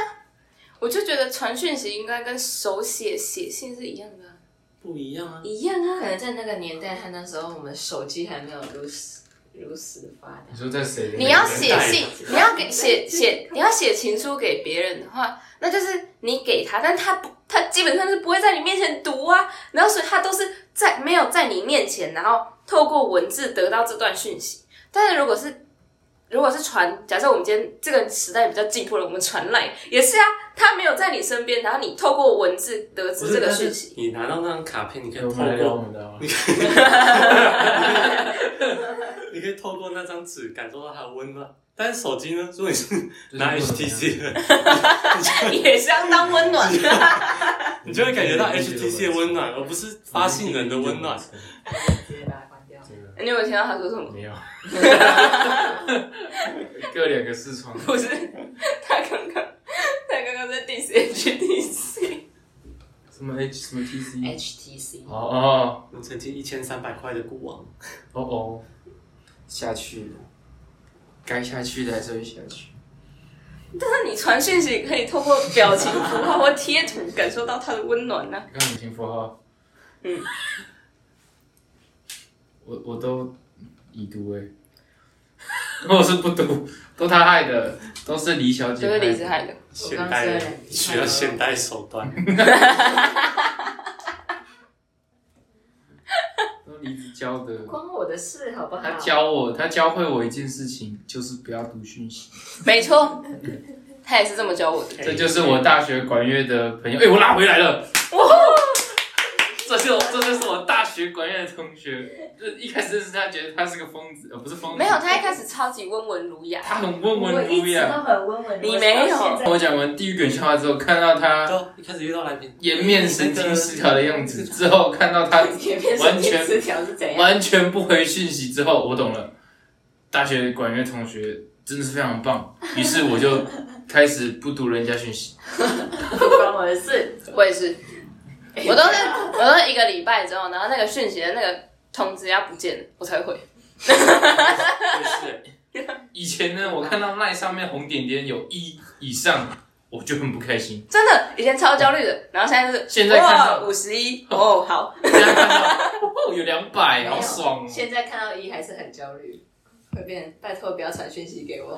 我就觉得传讯息应该跟手写写信是一样的啊、
不一样啊，
一样
可
啊。
能在那个年代，他那时候我们手机还没有如此如此发达。
你说在谁？
你要写信，你要给写写，你要写情书给别人的话，那就是你给他，但他不，他基本上是不会在你面前读啊。然后所以他都是在没有在你面前，然后透过文字得到这段讯息。但是如果是如果是传，假设我们今天这个时代比较进步了，我们传来也是啊，他没有在你身边，然后你透过文字得
不
知
是
这个
但是
讯息。
你拿到那张卡片，你可以
我
透
们来聊
过
我，们 的啊。
你可以透过那张纸感受到它的温暖。但是手机呢？如果你是
就是
拿
不能
HTC 的，
也相当温暖。
你就会感觉到
对对对
HTC 的温暖，而不是发信人的温暖。
直接把它关掉。
真的
你有没有听到他说什么？
没有， 各两个视窗。
不是，他刚刚他刚刚在 diss HTC，
什么 H 什么 TC？
HTC
哦哦
我曾经一千三百块的股王，
哦哦，
下去了，该下去的还是会下去。
但是你传讯息可以透过表情符号或贴图感受到它的温暖呢、
你看母亲符号。
嗯。
我我都已读哎、我是不读，都他害的，都是李小姐
就
害
是
的。
李子海的。
现
刚
代
虽
人
然
需要现代手段。
都李子教的。
关我的事好不好？
他教我，他教会我一件事情，就是不要读讯息。
没错，他也是这么教我的。
哎
这就是我大学管乐的朋友，哎、我拉回来了。
哦
这是我，这就是我大学管乐的同学。就一开始认识他，觉得他是个疯子，呃，不是疯子，
没有，他一开始超级温文儒雅。
他很温
我
文
一
儒
直
雅。
都很温文，
你没有
我到现在
我讲完地狱梗笑话之后，看到他
都啊一开始遇到来宾，
颜面神经失调的样子，之后看到他
前面
完
神经
全
失调是怎样？
完全不回讯息之后，我懂了。大学管乐同学真的是非常棒，于是我就开始不读人家讯息。
不关我的事。
我也是，我都是我都是一个礼拜之后，然后那个讯息的那个通知要不见了，我才回。
我也是
以前呢，我看到赖上面红点点有一以上，我就很不开心。
真的，以前超焦虑的，然后现在是
现在看到
五十一哦，好，
现在看到哦，有两百，好爽哦！
现在看到一还是很焦虑，会变。拜托不要传讯息给我，
我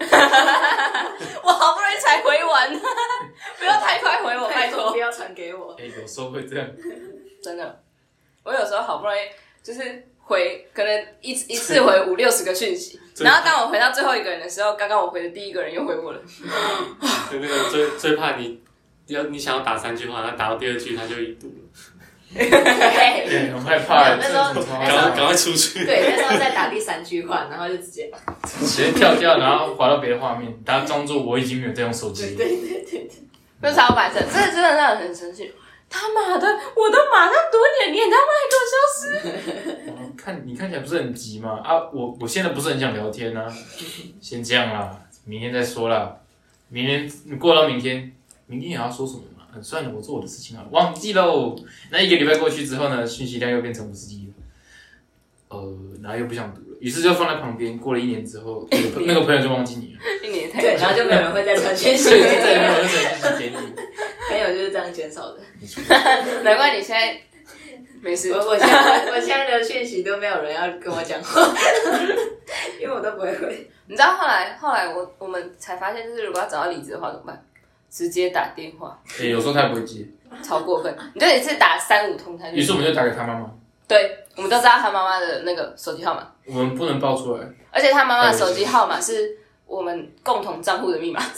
好不容易才回完， 不要太快回我，拜托
不。要传给我。
哎、有时候会这样，
真的，我有时候好不容易就是回，可能一 一次回五六十个讯息，
最
然后当我回到最后一个人的时候，刚刚我回的第一个人又回我了，
就那个最最怕你，要你想要打三句话，他打到第二句他就已读了，
对，
对，哎很害怕。
那时候
这种
那
赶
时候
快赶快出去。
那时候在打第三句话，然后就直接
直接跳掉，然后滑到别的画面，大家装作我已经没有在用手
对
机。
对对对对，
这超白痴，这真的让人很生气。他妈的，我都马上读你，你也他妈还给我消失！
我看你看起来不是很急吗？啊，我我现在不是很想聊天啊，先这样啦，明天再说啦。明天你过到明天，明天也要说什么嘛？嗯，算了，我做我的事情好了，忘记喽。那一个礼拜过去之后呢，信息量又变成五十 G 了，呃，然后又不想读了，于是就放在旁边。过了一年之后，那个朋那个朋友就忘记你了，
一年太
对，然后就没有人会再传讯息
所以，就再也没有人再信息给你。
朋友就是这样减少的。
没错，
难怪你现在没事
我。我现在我现在的讯息都没有人要跟我讲话，因为我都不会回。
你知道后来后来我我们才发现，就是如果要找到离职的话怎么办？直接打电话，
哎有时候他也不会接，
超 过分！你就一次打三五通，他就
于是我们就打给他妈妈，
对，我们都知道他妈妈的那个手机号码，
我们不能爆出来。
而且他妈妈的手机号码是我们共同账户的密码。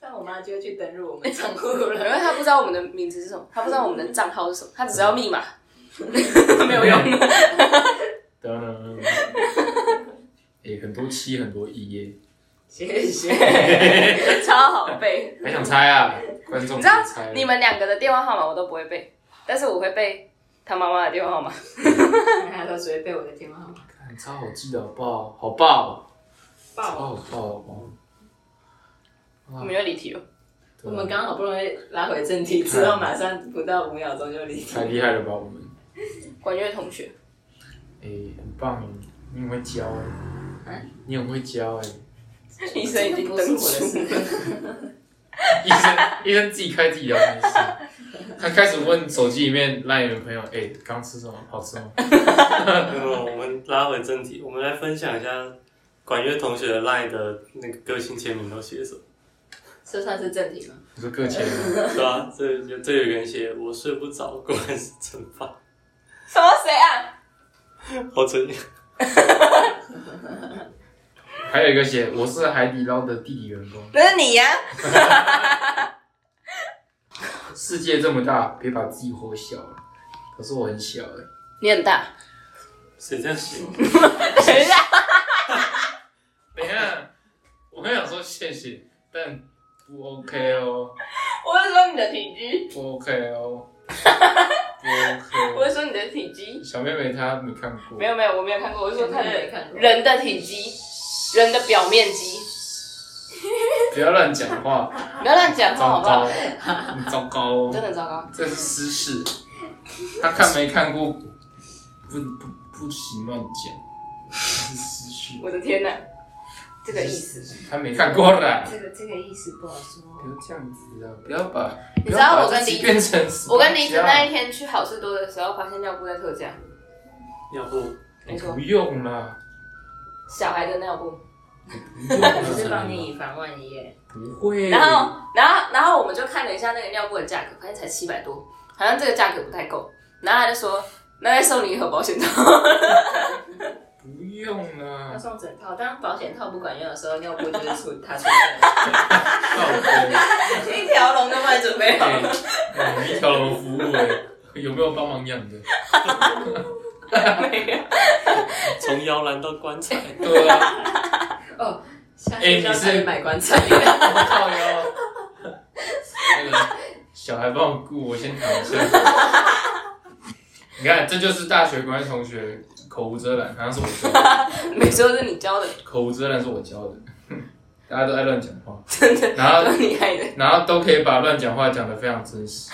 但我妈就会去登入我们账户
因
了。
为他不知道我们的名字是什么，他不知道我们的账号是什么，他只知道密码。
没有用。当然， 哎，很多七，很多一耶，
谢谢。
超好 背。
还想猜啊？观众
你
别
知道
猜了
你们两个的电话号码我都不会背，但是我会背他妈妈的电话号码。
他都只会背我的电话号码。
看超好记的好不好？好爆，超
爆！
好爆，好爆！
我们又离题了，哦
对
我
啊
们刚好不容易拉回正题，之后马上不到五秒钟就离题。
太厉害了吧？我们
管乐同学，
哎，很棒哎，你很会教哎，你很会教哎。
医生已经
不是
登
我的
出。
事。
医生，医生自己开自己聊天室，他开始问手机里面赖你的朋友，哎，刚吃什么？好吃吗？
没有，我们拉回正题，我们来分享一下管乐同学的 LINE 的那个个性签名都写什么，
这算是正题吗？
你说各钱吗？
对吧、这有这有人写我睡不着，果然是惩罚，
什么谁啊？
好专业。
还有一个写我是海底捞的地理员工。
那是你呀、
世界这么大，别把自己活小了。可是我很小哎、
你很 大。
谁这样写？
等一下，
等一下，我很想说谢谢，但不 OK 哦，
我是说你的体积，
不 OK 哦，不 OK 哦
我是说你的体积。
小妹妹她没看过，
没有没有，我没有看过，我是说他
我也没
的
看过
人的体积，人的表面积。
不要乱讲话，
不要乱讲话好
糟
不好
糕？，很糟糕
真
哦，
的糟糕。
这是私事，她看没看过，不不不行乱讲，这是私事，
我的天哪，这个意思。
她没看过啦。
这个这个意思不好说
不。要这样子啊！不要把
你知道我
不要把
跟
自己
李
变成死
我跟李子
八家
那一天去好事多的时候，发现尿布在特价，
要不
没错
哎不用 啦，
小孩的尿布。
不用啦
只是帮你以防万一耶。
不会。
然后，然后，然后我们就看了一下那个尿布的价格，发现才七百多，好像这个价格不太够。然后他就说，那再送你一盒保险套。
不用
要
啦，
送整套，当保险套不管用的时候，尿布就是出他出 现。
靠背，
一条龙都帮你准备好。
哎哎一条龙服务哎，有没有帮忙养的？
从摇篮到棺材，
对啊，
哦
下
哎
次就要
你是
开始买 棺材。
我靠腰。 那个小孩帮我顾，我先躺一 下。你看，这就是大学管理同学口无遮拦，好像是我教的，
没错，是你教的，
口无遮拦是我教的，大家都爱乱讲话，
真的，
然后
都是你害的。
然后都可以把乱讲话讲得非常真实。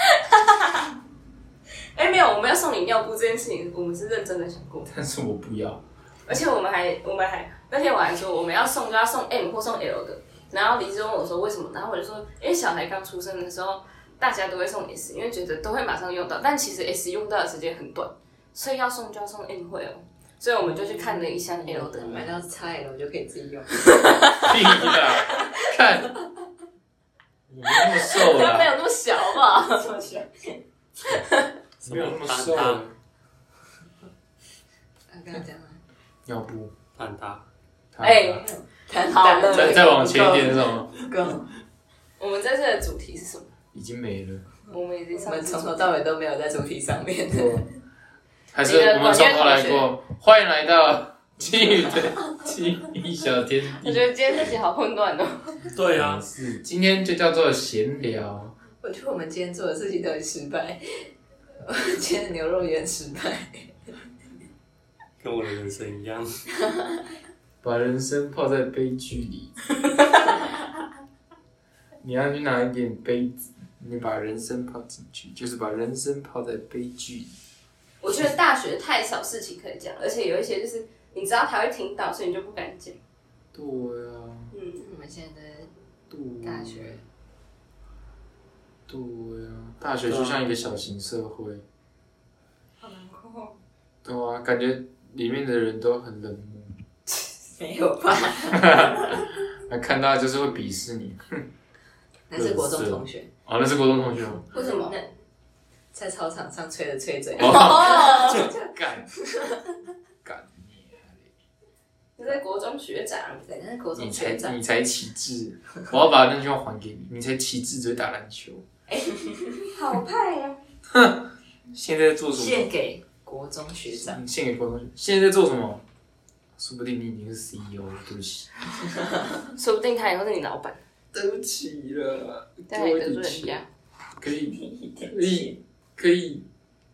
哎，没有，我们要送你尿布这件事情，我们是认真的想过，
但是我不要，
而且我们还，我们还那天我还说我们要送就要送 M 或送 L 的，然后李志问我说为什么，然后我就说，因为小孩刚出生的时候，大家都会送 S，因为觉得都会马上用到，但其实 S 用到的时间很短，所以要送就要送 M 或 L，所以我们就去看了一箱 L 的，
买到菜了，我就可以自己用。
屁啦！看，我没那么瘦
它
啦，
没有那么小好不好？
什
没有那
么
么
蛋
瘦
挞
啦，
刚刚讲了，
要不，
蛋挞，
他
哎，好了
再再往前一点是什么？
够。
我们这次的主题是什么？
已经没了。
我们已经
我
上
们
次
从头到尾都没有在主题上面。
还是我们从头来过，欢迎来到金宇的金宇小天
我
地。
觉得今天这集好混乱哦。
对啊，
是，今天就叫做闲聊。
我觉得我们今天做的事情都很失败，我今天的牛肉也很失败。
跟我的人生一样。
把人生泡在悲剧里。你要去拿一点杯子，你把人生泡进去，就是把人生泡在悲剧里。
我觉得大学太少事情可以讲，而且有一些就是你知道他会听到，所以你就不敢讲。
对啊，
嗯，
我们现在的
对。啊
大学。
对啊，大学就像一个小型社会。
好难过。
对啊，感觉里面的人都很冷漠，
没有吧？
那看到就是会鄙视你。
那是国中同学，
哦，那是国中同学吗？
为什么？
在操场上吹了吹嘴。
干干你啊！
你在国中学长，
对，那是国
你
中
才
学长
你。才旗帜，我要把那句话还给你。你才旗帜，只会打篮球，
好派啊呀、
现在在做什
献
么？
给国中学长，
你献给国中同学。现在在做什么？说不定你已经是 CEO 了，对不起，
说不定他以后是你老板，
对不起了，
但还得罪人家。
可 以可以可以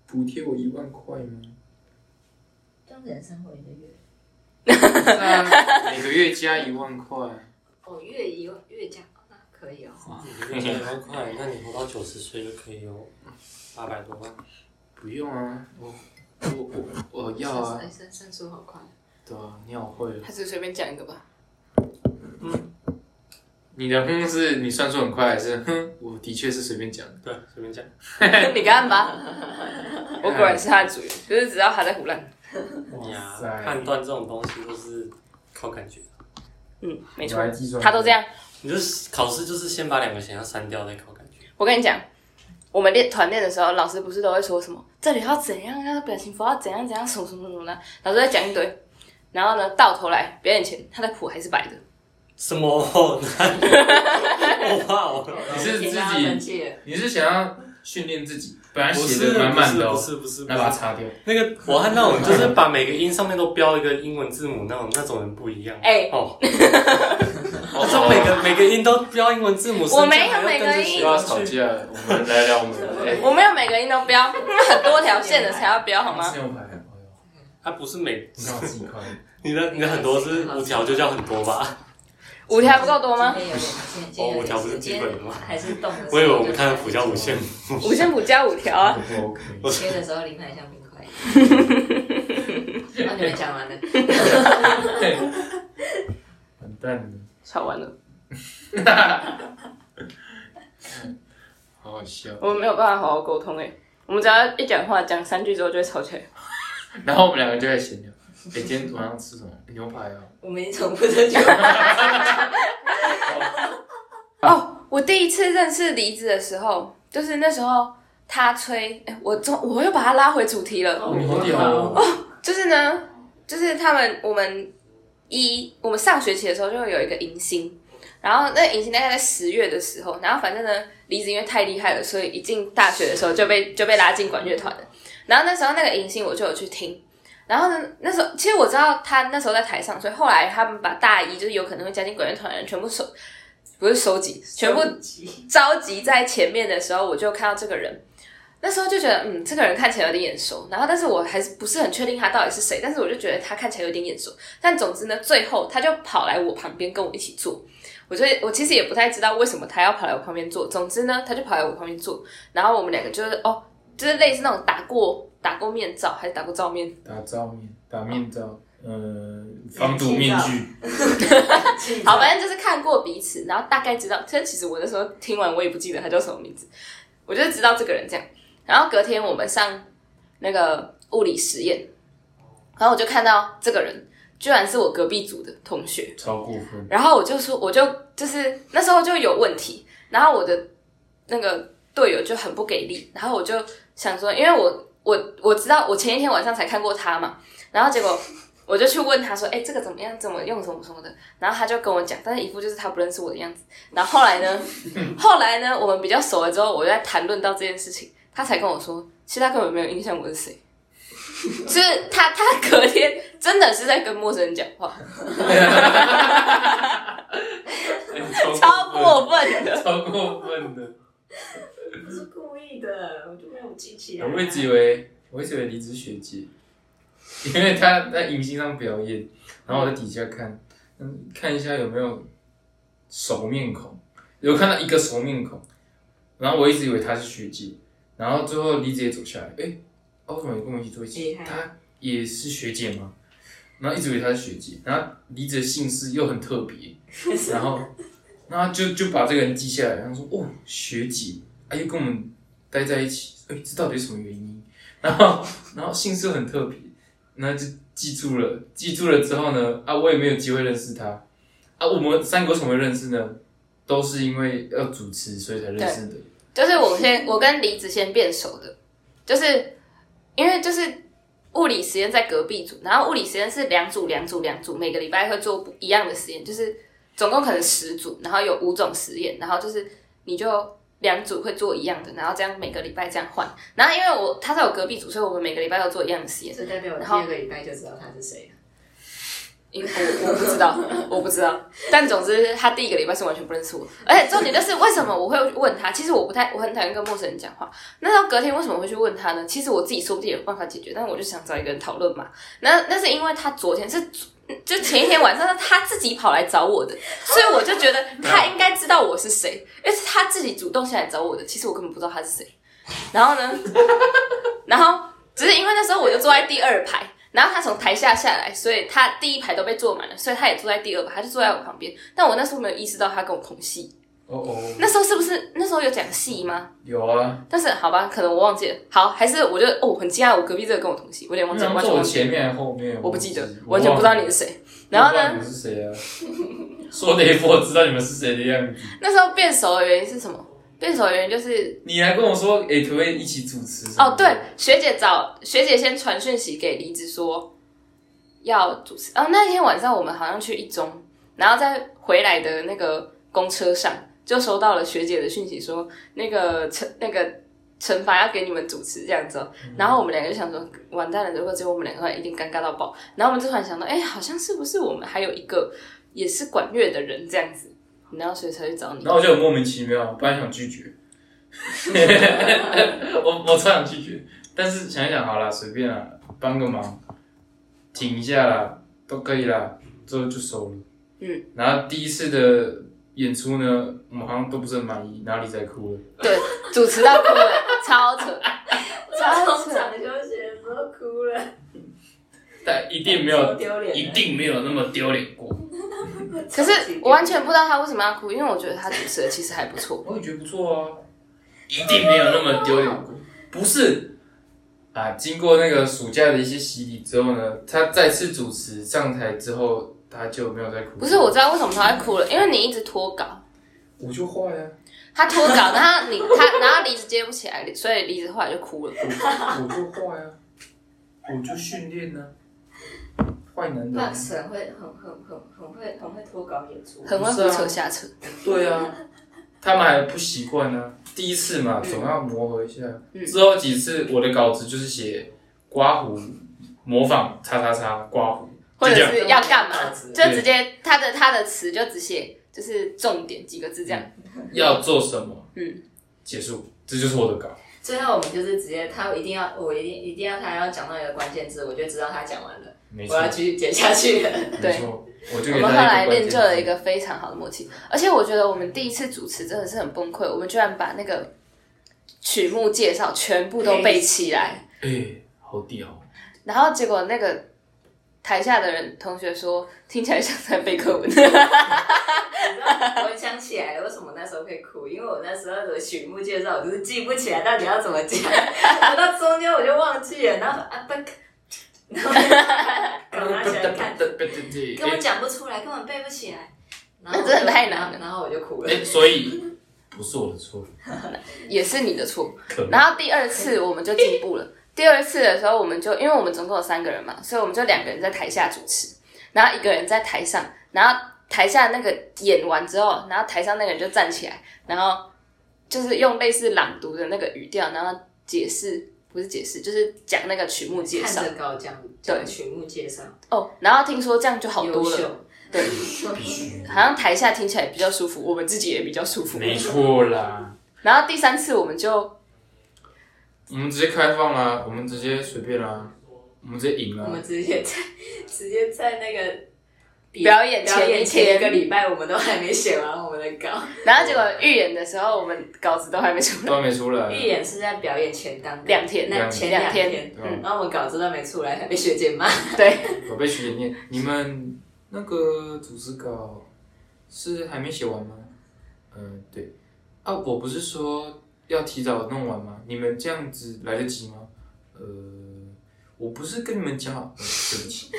补贴我一万块 吗？
当人生活一个月，
啊每个月加一万块，
哦，月一月加，哦那可以哦。
你一万块，那你活到九十岁就可以有八百多万。
不用啊，我我我我要 啊
哎，，算算数好快。
对啊，你好会哦。
他只是随便讲一个吧。
你的哼是你算数很快，还是哼？我的确是随便讲的。
对，随便讲。
你干吧， 我果然是他的主人，就是只要他在胡乱。
呀，
塞
判断这种东西都是靠感觉。
嗯，没
我
错
还计，算
他都这样。
你就是考试，就是先把两个选项删掉，再靠感觉。
我跟你讲，我们练团练的时候，老师不是都会说什么这里要怎样啊，表情符要怎样怎样，什么什么什么的，老师在讲一堆。然后呢，到头来表演前，他的谱还是白的。
什么？我怕 哦我。
你是自
天哪他生
己，
气了，
你是想要训练自己，本来
不
写
是
的满满的、
不
哦，
是不是不
那把它
是，
擦掉。
那个我和那种就是把每个音上面都标一个英文字母那种那种人不一样。
哎
哦，我说每个每个音都标英文字母，
我没有
甚至还要
每个
跟着
音
写
又要
上去
吵架了，我们来聊我 们的。哎，
我没有每个音都标，很多条线 的才要标，好吗
信？用牌，哎呦
它啊不是每
你看我自己快。
你的你的很多是五条就叫很多吧？
五条不够多 吗？
今天有
哦我
点，今天今天有点
讲不是基本的吗
还是动的时候就。
我以为我们看的辅教五线
五线谱加五条啊。
不 OK。
切的时候淋奶香冰块。那你们讲完了，
完蛋了，
吵完了，
好好笑。
我们没有办法好好沟通哎、我们只要一讲话，讲三句之后就会吵起来。
然后我们两个就在闲聊。哎，今天晚上吃什么？牛排啊。
我们已经重复这句话。
哦我第一次认识梨子的时候，就是那时候他吹，哎我中我又把他拉回主题了。
哦你好屌哦！
就是呢，就是他们我们一我们上学期的时候就会有一个迎新，然后那迎新大概在十月的时候，然后反正呢，梨子因为太厉害了，所以一进大学的时候就被就被拉进管乐团了。然后那时候那个迎新我就有去听。然后呢？那时候其实我知道他那时候在台上，所以后来他们把大一就是有可能会加进管乐团的人全部收，不是收集，全部召集在前面的时候，我就看到这个人，那时候就觉得，嗯，这个人看起来有点眼熟，然后但是我还是不是很确定他到底是谁，但是我就觉得他看起来有点眼熟。但总之呢，最后他就跑来我旁边跟我一起坐，我就我其实也不太知道为什么他要跑来我旁边坐，总之呢，他就跑来我旁边坐，然后我们两个就是哦，就是类似那种打过打过面罩还是打过照面，
打照面，打面罩，呃，防毒面具。
好，反正就是看过彼此，然后大概知道。其实其实我那时候听完，我也不记得他叫什么名字，我就知道这个人这样。然后隔天我们上那个物理实验，然后我就看到这个人居然是我隔壁组的同学，
超过分，
然后我就说，我就就是那时候就有问题，然后我的那个队友就很不给力，然后我就想说，因为我我我知道我前一天晚上才看过他嘛，然后结果我就去问他说，哎、这个怎么样，怎么用，什么什么的，然后他就跟我讲，但是一副就是他不认识我的样子。然后后来呢， 后来呢，我们比较熟了之后，我就在谈论到这件事情，他才跟我说，其实他根本没有印象我是谁。 就是他，他隔天真的是在跟陌生人讲话，超过分的。
超过分的。
不是故意的，我就没有记起
我一直以为，我一直以为离职学姐，因为她在迎新上表演，然后我在底下看，嗯，看一下有没有熟面孔，有看到一个熟面孔，然后我一直以为她是学姐，然后最后李姐走下来，哎、哦，怎么也跟我一起坐一
厉
起
害？
她也是学姐吗？然后一直以为她是学姐，然后李姐姓氏又很特别，然后，那就就把这个人记下来，然后说哦，学姐，啊，又跟我们待在一起，哎、这到底是什么原因？ 然后，然后姓氏又很特别，那就记住了，记住了之后呢，啊，我也没有机会认识他，啊，我们三个为什么会认识呢？都是因为要主持，所以才认识的。
就是我先我跟李子先变熟的，就是因为就是物理实验在隔壁组，然后物理实验是两组两组两组，每个礼拜会做不一样的实验，就是总共可能十组，然后有五种实验，然后就是你就两组会做一样的，然后这样每个礼拜这样换。然后因为我他在我隔壁组，所以我们每个礼拜都做一样的实验。
这代表我第
然后
二个礼拜就知道他是谁了。
因我我不知道，我不知道。但总之，他第一个礼拜是完全不认识我，而且重点就是为什么我会问他？其实我不太，我很讨厌跟陌生人讲话。那到隔天为什么会去问他呢？其实我自己说不定有办法解决，但是我就想找一个人讨论嘛。那那是因为他昨天是。就前一天晚上，他自己跑来找我的，所以我就觉得他应该知道我是谁，因为是他自己主动下来找我的。其实我根本不知道他是谁。然后呢， 然后只是因为那时候我就坐在第二排，然后他从台下下来，所以他第一排都被坐满了，所以他也坐在第二排，他就坐在我旁边。但我那时候没有意识到他跟我同戏，
哦哦，
那时候是不是那时候有讲戏吗？
有啊，
但是好吧，可能我忘记了。好，还是我就哦，很惊讶，我隔壁这个跟我同戏，我有点忘记了，
那
完全
坐我
忘记了，
前面还是后面？
我不记得
忘记，
完全不知道你是谁。然后呢，
我不知道你们是谁啊？说的一副我知道你们是谁的样子。
那时候变熟的原因是什么？变熟的原因就是
你还跟我说，哎、可不可以一起主持？
哦，对，，学姐找学姐先传讯息给离子说要主持。哦，那天晚上我们好像去一中，然后在回来的那个公车上就收到了学姐的讯息说那个惩那个惩罚要给你们主持这样子哦、然后我们两个就想说完蛋了，如果只有我们两个的话，一定尴尬到爆。然后我们就突然想到，哎，好像是不是我们还有一个也是管乐的人这样子，然后所以才去找你
然。后我就很莫名其妙，本来想拒绝， 我我超想拒绝，但是想一想，好啦，随便啦，帮个忙，挺一下啦，都可以啦，最后就收了。
嗯，
然后第一次的演出呢，我们好像都不是很满意，然后李仔哭了。
对，主持到哭了，超扯， 超扯。
休息的时候哭了，
但一定没有，
丢 脸
一定没有那么丢脸过。
可是我完全不知道他为什么要哭，因为我觉得他主持的其实还不错。
我也觉得不错啊，一定没有那么丢脸过。不是啊，经过那个暑假的一些洗礼之后呢，他再次主持上台之后，他就没有再哭。
不是，我知道为什么他会哭了，因为你一直脱稿，
我就坏啊，
他脱稿，然后你他然后离子接不起来，所以离子后来就哭了。
我就坏啊，我就训练呢，坏男人。啊
Max 很会，很很很很会，很会脱稿演出。
很会胡扯瞎扯，
对啊，他们还不习惯呢，第一次嘛，
嗯
总要磨合一下。之后几次我的稿子就是写刮胡，模仿叉叉叉刮胡，
或者
就这样
是要干嘛，就
对
直接他的他的词就只写就是重点几个字这样。
要做什么，
嗯，
结束，这就是我的稿。
最后我们就是直接，他一定要，我一定一定要他要讲到一个关键字，我就知道他讲完 了，
没
我
错，
要继续剪下去了。
对
没错，我就
我
给
们后
他
来
一个关
练就了一
键。
个非常好的默契，而且我觉得我们第一次主持真的是很崩溃，我们居然把那个曲目介绍全部都背起来。
哎，好屌哦！
然后结果那个台下的人同学说，听起来像在背课文。
我想起来了，为什么那时候会哭？因为我那时候的曲目介绍，我就是记不起来到底要怎么讲， 我到中间我就忘记了，然后啊不， 然后赶快起来看，根本讲不出来，根本背不 起来，然后我就
哎那真的太难了
然后我就哭了。
哎，所以不是我的错，
也是你的错。
可恶
然后第二次我们就进步了。第二次的时候，我们就因为我们总共有三个人嘛，所以我们就两个人在台下主持，然后一个人在台上，然后台下那个演完之后，然后台上那个人就站起来，然后就是用类似朗读的那个语调，然后解释不是解释，就是讲那个曲目介
看
绍
着稿讲
对
讲曲目介绍，
哦。然后听说这样就好
优
多了，
秀，
对，
必须
好像台下听起来比较舒服，我们自己也比较舒服。
没错啦。
然后第三次我们就
我们直接开放啦，我们直接随便啦，我们直接赢
我
啦
们。直接在直接在那个
表演
表演
前一
前一个
天，
礼拜，我们都还没写完我们的稿。
然后结果预演的时候，我们稿子都还没出
都
来，
还没出来。
预演是在表演前当
嗯两天
那前
两天
天，
嗯
然后我们稿子都没出来，还被学姐骂。
对，
我被学姐念，你们那个组织稿是还没写完吗？嗯，对。啊，我不是说要提早弄完吗？你们这样子来得及吗？呃，我不是跟你们讲好，嗯对不 起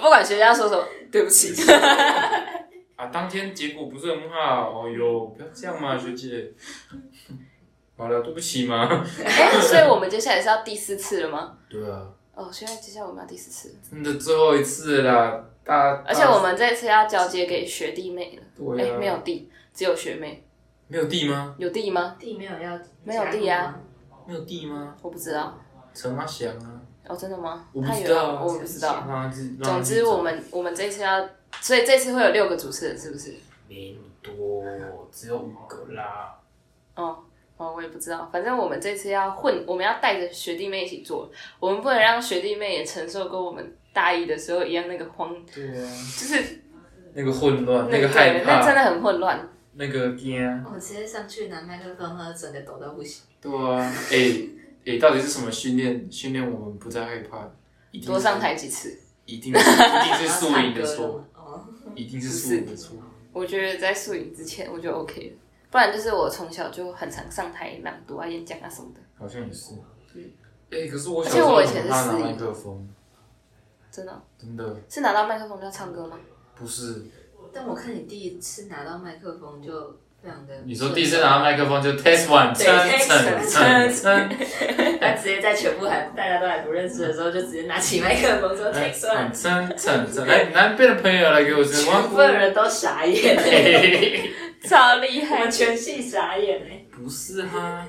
不管学校说什么，对不 起，
啊，当天结果不是很好。哦呦，不要这样嘛，学姐。 好了，对不起嘛。
哎，所以我们接下来是要第四次了吗？
对啊，
哦，现在接下来我们要第四次，
真的最后一次了啦，大
而且我们这次要交接给学弟妹了，
对
哎，
啊，
没有弟，只有学妹，
没有地吗？
有弟吗？
地没有要
没有地啊，
没有地吗？
我不知道，
陈阿翔啊。
哦，真的吗？
我不
他
知
有
道
啊，
啊，
我不知道。
让他自。让他
总
自
之，
找
我们我们这次要，所以这次会有六个主持人，是不是？
没那么多，只有五个啦。
哦，哦，我也不知道，反正我们这次要混，我们要带着学弟妹一起做，我们不能让学弟妹也承受跟我们大一的时候一样那个慌，
对啊，
就是
那个混乱，
那
个害
对那真
怕，
的很混乱。
那个惊。啊
我直接上去拿麦克风，然后整个抖到不行。
对啊，哎哎，到底是什么训练？训练我们不再害怕，一定是
多上，台几次，
一定是一定
这
是素影的 错，
哦，
一定是素影的错。
我觉得在素影之前我就 OK 了，不然就是我从小就很常上台朗读啊、演讲啊什么的，
好像也是
嗯。
哎，可是我小时
而且
候
我以前
很
是
怕拿
私
麦
影
克风，
真的哦
真的
是拿到麦克风就要唱歌吗？
不是。
但我看你第一次拿到麦克风就非常的，
你说第一次拿到麦克风就 test one，
对
蹭蹭
test
蹭蹭。
他直接在全部还大家都还不认识的时候，就直接拿起麦克风说 take one，
嗯，真真 真，来南边的朋友来给我 声欢呼
所。有人都傻眼，
嘿嘿嘿
超厉
我
害
们！全系傻眼哎。
不是哈，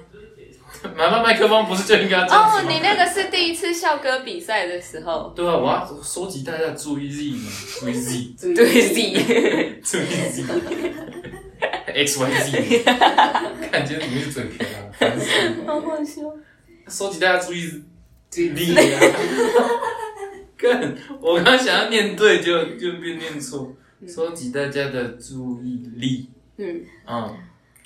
拿到麦克风不是就应该这样
哦
子，吗？
你那个是第一次校歌比赛的时 候，
对啊，我要收集大家的注意力嘛，注意力，
对
对，Z，
注意力，X Y Z，看今天你是嘴瓢啊，烦死
好好笑。
了收集大家注意力啊。更，我刚想要念对，就就变念错，收集大家的注意力。
嗯，
嗯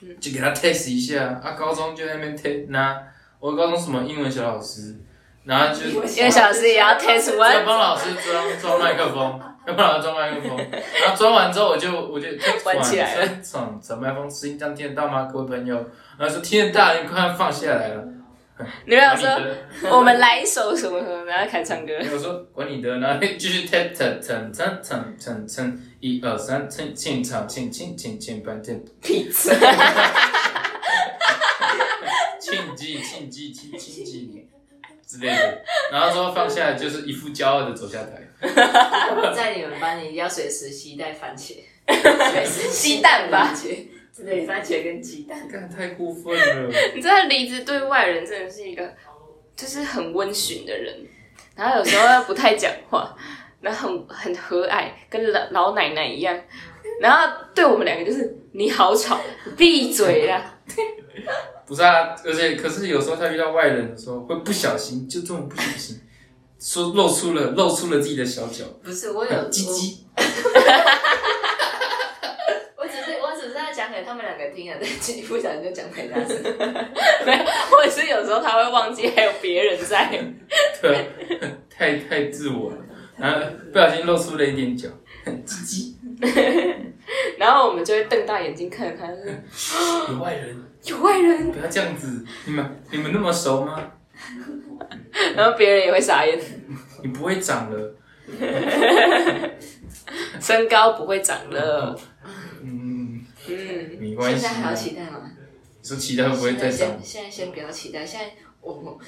嗯，
就给他 test 一下。啊，高中就在那边 test，那我高中什么英文小老师，然后就
因为小时也要 test
要
one，
帮老师装装麦克 风，要帮老师装麦克风，然后装完之后我就我就 test
关起来了
了，装装麦克风声音这样听得到吗？各位朋友，然后说听得到，你快放下来了。
你没有
管你
说
的，
我们来一首什么什么，然后开始唱歌。
我说管你的，然后继续 test test test test test test test，一二三，请请场，请请请请半天。
屁子！
庆忌庆忌庆庆忌之类的，然后说放下来就是一副骄傲的走下台，
我在你们班，你一定要随时携带番茄，随时携带番茄，对，番茄跟鸡蛋。
干太过分了。
你知道梨子对外人真的是一个，就是很温驯的人，然后有时候又不太讲话，然后很很和蔼，跟老老奶奶一样。然后对我们两个就是你好吵，闭嘴啦！
不是啊，而且可是有时候他遇到外人的时候，会不小心，就这种不小心，说露出了露出了自己的小脚，
不是，我有
很鸡，鸡。
我我只是我只是要讲给他们两个听啊，但是你不小心就讲太大声。
或者是有时候他会忘记还有别人在。
对，太太自我了，然后不小心露出了一点脚，很鸡鸡。
然后我们就会瞪大眼睛看着他，就是
有外人，
有外人，
不要这样子，你们你们那么熟吗？
然后别人也会傻眼。
你不会长了。
身高不会长了，
嗯，
嗯，
没关
现
系
在还
啊。
要期待吗？
你说期待会不会
现
再
在
上？
先现在先不要期待，现在我我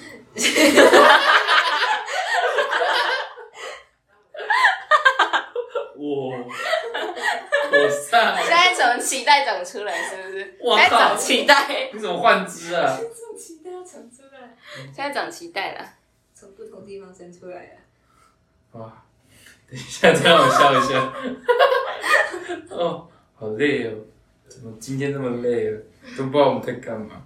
我我上，
现在从脐带长出来是不是？
我
现在
靠
长，脐带，
你怎么换肢啊？
期待要长出来，
现在长脐带了。
从不同地方生出来啊。
哇，等一下，再让我笑一下。哦，好累哦，怎么今天这么累了？都不知道我们在干嘛。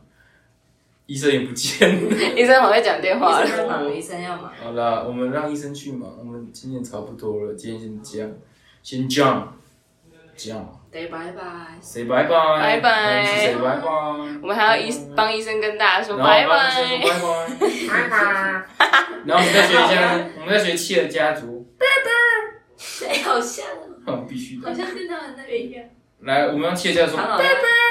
医生也不见了。
医生好会讲电话
医
了，
生要忙，医生要忙。
好啦，我们让医生去忙，我们今天差不多了，今天先这样。先这样，这样
Day by bye。
，say 拜拜，
拜拜
是 say 拜拜。
我们还要医帮医生跟大家说
然后
拜
帮医生
拜。
说拜拜，然后我们在学家，我们在学企鹅家族，
哎，好像哦，
哼必须
好
的。
像跟他们那个一样。
来，我们用企鹅家族，
拜拜。